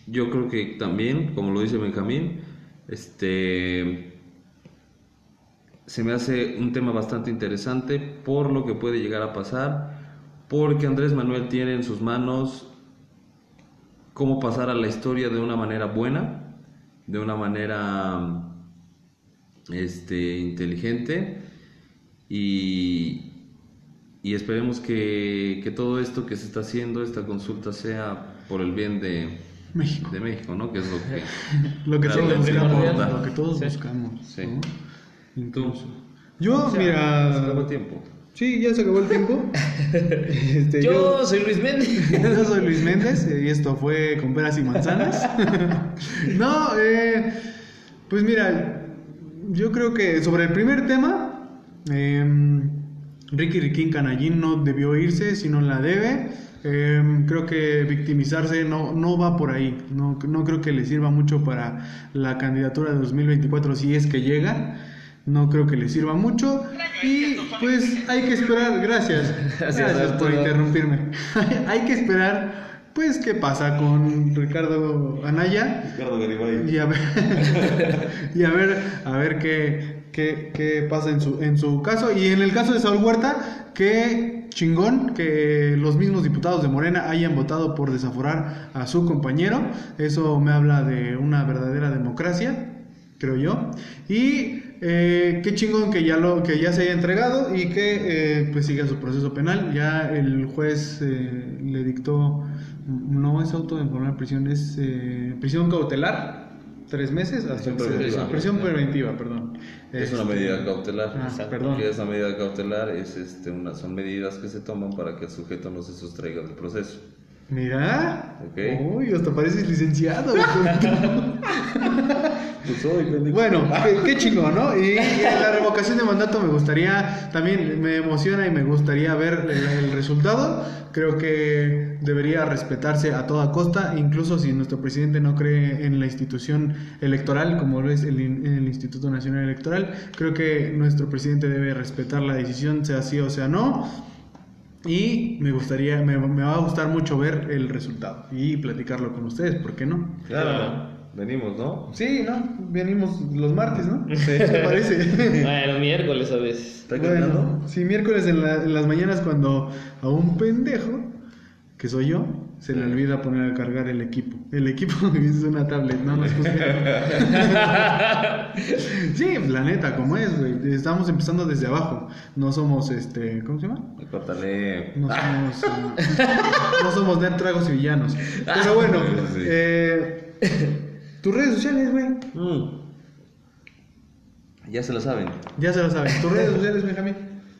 yo creo que también, como lo dice Benjamín, este se me hace un tema bastante interesante por lo que puede llegar a pasar, porque Andrés Manuel tiene en sus manos cómo pasar a la historia de una manera buena, de una manera este inteligente y, y esperemos que, que todo esto que se está haciendo, esta consulta, sea por el bien de,
México.
de México, ¿no? Que es lo que...
Lo que,
Claro,
todos,
sí,
buscamos,
importa.
lo que todos
Sí.
buscamos.
Sí.
¿no?
Entonces,
Yo, mira.
tiempo.
Sí, ya se acabó el tiempo. Este,
Yo soy Luis Méndez.
Yo soy Luis Méndez eh, y esto fue con peras y manzanas. no, eh, pues mira, yo creo que sobre el primer tema, eh, Ricky Riquín Canallín no debió irse, si no la debe. Eh, creo que victimizarse no, no va por ahí. No, no creo que le sirva mucho para la candidatura de 2024 si es que llega. No creo que le sirva mucho. Y pues hay que esperar. Gracias.
Gracias,
Gracias por
Arturo.
interrumpir interrumpirme. Hay que esperar, pues, qué pasa con Ricardo Anaya
Ricardo Garibay.
y a ver, y a ver, a ver qué, qué, qué pasa en su, en su caso. Y en el caso de Saúl Huerta, qué chingón que los mismos diputados de Morena hayan votado por desaforar a su compañero. Eso me habla de una verdadera democracia, creo yo. Y eh, qué chingón que ya, lo, que ya se haya entregado y que eh, pues siga su proceso penal. Ya el juez eh, le dictó, no es auto de informar prisión, es eh, prisión cautelar, tres meses hasta
Prisión
que se-
preventiva.
prisión preventiva, perdón.
Es una
Este,
medida cautelar.
Ah,
Exacto.
perdón.
Porque esa medida cautelar es, este, una, son medidas que se toman para que el sujeto no se sustraiga del proceso.
Mira,
Ok.
uy, hasta pareces licenciado.
Pues hoy,
Bueno, qué, qué chingón, ¿no? Y eh, la revocación de mandato me gustaría, también me emociona y me gustaría ver el, el resultado. Creo que debería respetarse a toda costa, incluso si nuestro presidente no cree en la institución electoral, como lo es el, in- el Instituto Nacional Electoral. Creo que nuestro presidente debe respetar la decisión, sea sí o sea no. Y me gustaría, me, me va a gustar mucho ver el resultado y platicarlo con ustedes, ¿por qué no?
Claro. Venimos, ¿no?
Sí, ¿no? Venimos los martes, ¿no? ¿Qué parece?
Bueno, miércoles a veces.
¿Está
bueno,
caminando?
sí, miércoles en, la- en las mañanas cuando a un pendejo, que soy yo, se le olvida poner a cargar el equipo. El equipo es una tablet, no no es justo. sí, la neta, como es, güey. Estamos empezando desde abajo. No somos, este, ¿cómo se llama?
Córtale.
No somos, eh, no somos de tragos y villanos. Pero bueno,
Sí.
eh, tus redes sociales, güey.
Mm. Ya se lo saben.
Ya se lo saben. Tus redes sociales, Benjamín.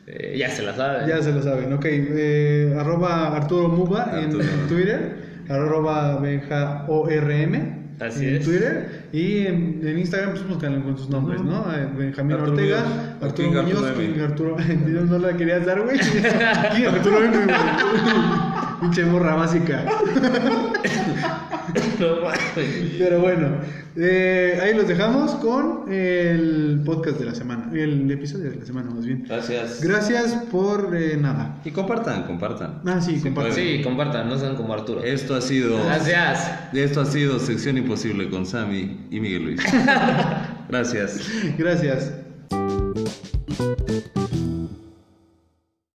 Eh, ya se la saben.
Ya se lo saben, ok. eh, arroba Arturo Muba en
Arturo.
Twitter. Arroba Benja ORM.
Así
en
es.
Twitter. Y en, en Instagram, pues búscanlo con sus nombres, ¿no? Eh, Benjamín
Arturo
Ortega,
Muñoz.
Arturo
King
Muñoz,
Arturo M.
King Arturo. Yo no la querías dar, güey. King Arturo M, güey. Pinche morra básica.
No mames.
Pero bueno, eh, ahí los dejamos con el podcast de la semana, el episodio de la semana más bien.
Gracias.
Gracias por eh, nada.
y compartan, compartan.
Ah, sí, compartan.
Sí, compartan, Eh, no sean como Arturo.
Esto ha sido.
Gracias.
Esto ha sido Sección Imposible con Sammy y Miguel Luis. Gracias.
Gracias.